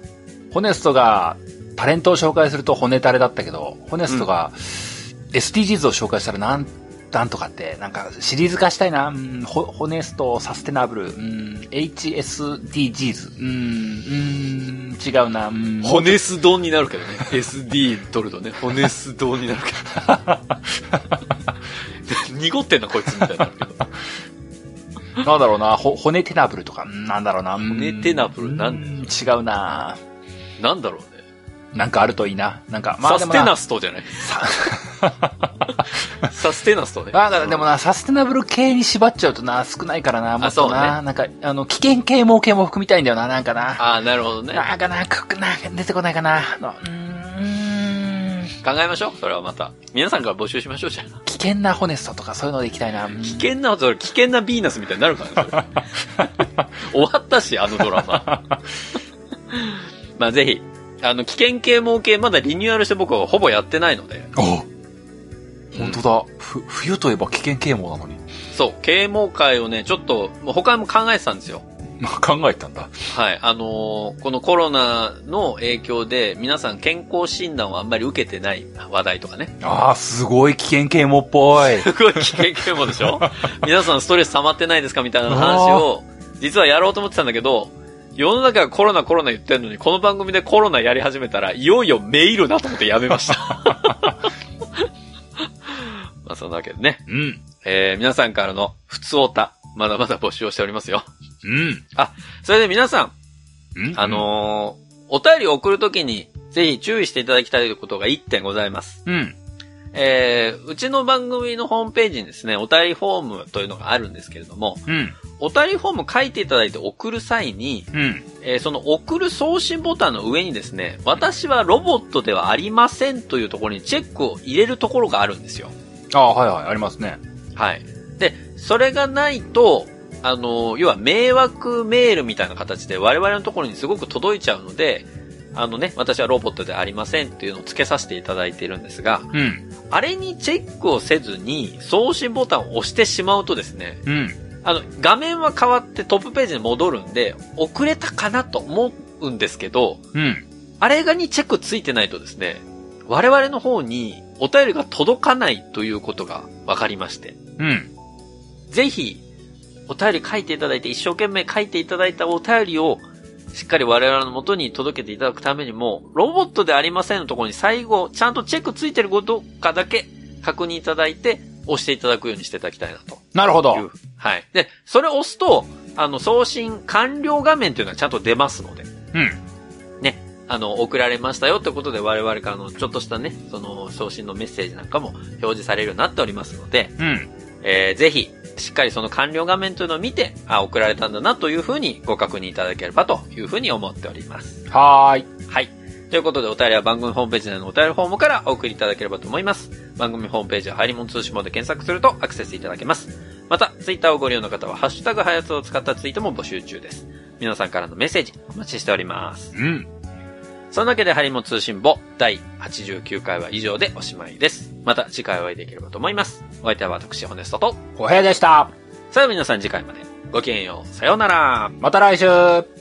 B: ホネストが、タレントを紹介すると骨タレだったけど、ホネストが、SDGs を紹介したらなん、なんとかって、なんかシリーズ化したいな。うん、ホホネスト、サステナブル、うん、HSDGs、うん、うん、違うな、うん。
A: ホネス丼になるけどね。SD 取るとね、ホネス丼になる けど。濁ってんな、こいつみたいになるけど。
B: なんだろうな、ほ骨テナブルとか、うんなんだろうな。
A: 骨テナブルなん
B: うん違うな。
A: なんだろうね。
B: なんかあるといいな。なんか、
A: サ
B: で
A: ス
B: も
A: テ
B: な
A: ナストじ ゃないサステナストね。
B: あだでもな、サステナブル系に縛っちゃうとな、少ないからな、もっと
A: あそ
B: な、
A: う
B: なんか、あの、危険啓蒙系も含みたいんだよな、なんかな。
A: ああ、なるほどね。
B: なんかな、くくなんか出てこないかな。あのうーん、
A: 考えましょう。それはまた。皆さんから募集しましょうじゃあ。
B: 危険なホネストとかそういうのでいきたいな。うん
A: 危険な、それ危険なヴィーナスみたいになるからね。 それ終わったし、あのドラマ。まあぜひ、あの、危険啓蒙系まだリニューアルして僕はほぼやってないので。
B: お本当だ。ふ、冬といえば危険啓蒙なのに。
A: そう、啓蒙会をね、ちょっと、もう他も考えてたんですよ。
B: まあ、考えたんだ。
A: はい。あのーこのコロナの影響で、皆さん健康診断をあんまり受けてない話題とかね。
B: ああ、すごい危険啓蒙っぽい。
A: すごい危険啓蒙で しょ皆さんストレス溜まってないですかみたいな話を、実はやろうと思ってたんだけど、世の中がコロナコロナ言ってるのに、この番組でコロナやり始めたら、いよいよメイルだと思ってやめま した。まあ、そんなわけでね。
B: うん、
A: えー、皆さんからの、普通おた、まだまだ募集をしておりますよ。
B: うん、
A: それで皆さん、
B: うん
A: あ、のーお便りを送るときに、ぜひ注意していただきたいことが1点ございます。
B: うん、
A: えー、うちの番組のホームページにですね、お便りフォームというのがあるんですけれども、
B: うん、
A: お便りフォーム書いていただいて送る際に、
B: うん。
A: えーその送る送信ボタンの上にですね、私はロボットではありませんというところにチェックを入れるところがあるんですよ。
B: ああ、はいはい、ありますね。
A: はい。で、それがないと、あの、要は迷惑メールみたいな形で我々のところにすごく届いちゃうので、あのね、私はロボットではありませんっていうのを付けさせていただいているんですが、
B: うん、
A: あれにチェックをせずに送信ボタンを押してしまうとですね、
B: うん、
A: あの、画面は変わってトップページに戻るんで、遅れたかなと思うんですけど、
B: うん。
A: あれがにチェックついてないとですね、我々の方にお便りが届かないということが分かりまして、
B: うん。
A: ぜひ、お便り書いていただいて、一生懸命書いていただいたお便りを、しっかり我々の元に届けていただくためにも、ロボットでありませんのところに最後、ちゃんとチェックついてることかだけ確認いただいて、押していただくようにしていただきたいなと。
B: なるほど。
A: いうはい。で、それを押すと、あの、送信完了画面というのはちゃんと出ますので、
B: うん、
A: あの、送られましたよってことで我々からのちょっとしたね、その送信のメッセージなんかも表示されるようになっておりますので、
B: うん。
A: えーぜひ、しっかりその完了画面というのを見て、あ、送られたんだなというふうにご確認いただければというふうに思っております。
B: はーい。
A: はい。ということで、お便りは番組ホームページ内のお便りフォームからお送りいただければと思います。番組ホームページはハリモン通信簿で検索するとアクセスいただけます。また、ツイッターをご利用の方は、ハッシュタグハヤツを使ったツイートも募集中です。皆さんからのメッセージ、お待ちしております。
B: うん。
A: そんなわけで、ハリモン通信簿第89回は以上でおしまいです。また次回お会いできればと思います。お相手は私、ホネストと、
B: お部屋でした。
A: さあ皆さん次回まで。ごきげんよう。さようなら。
B: また来週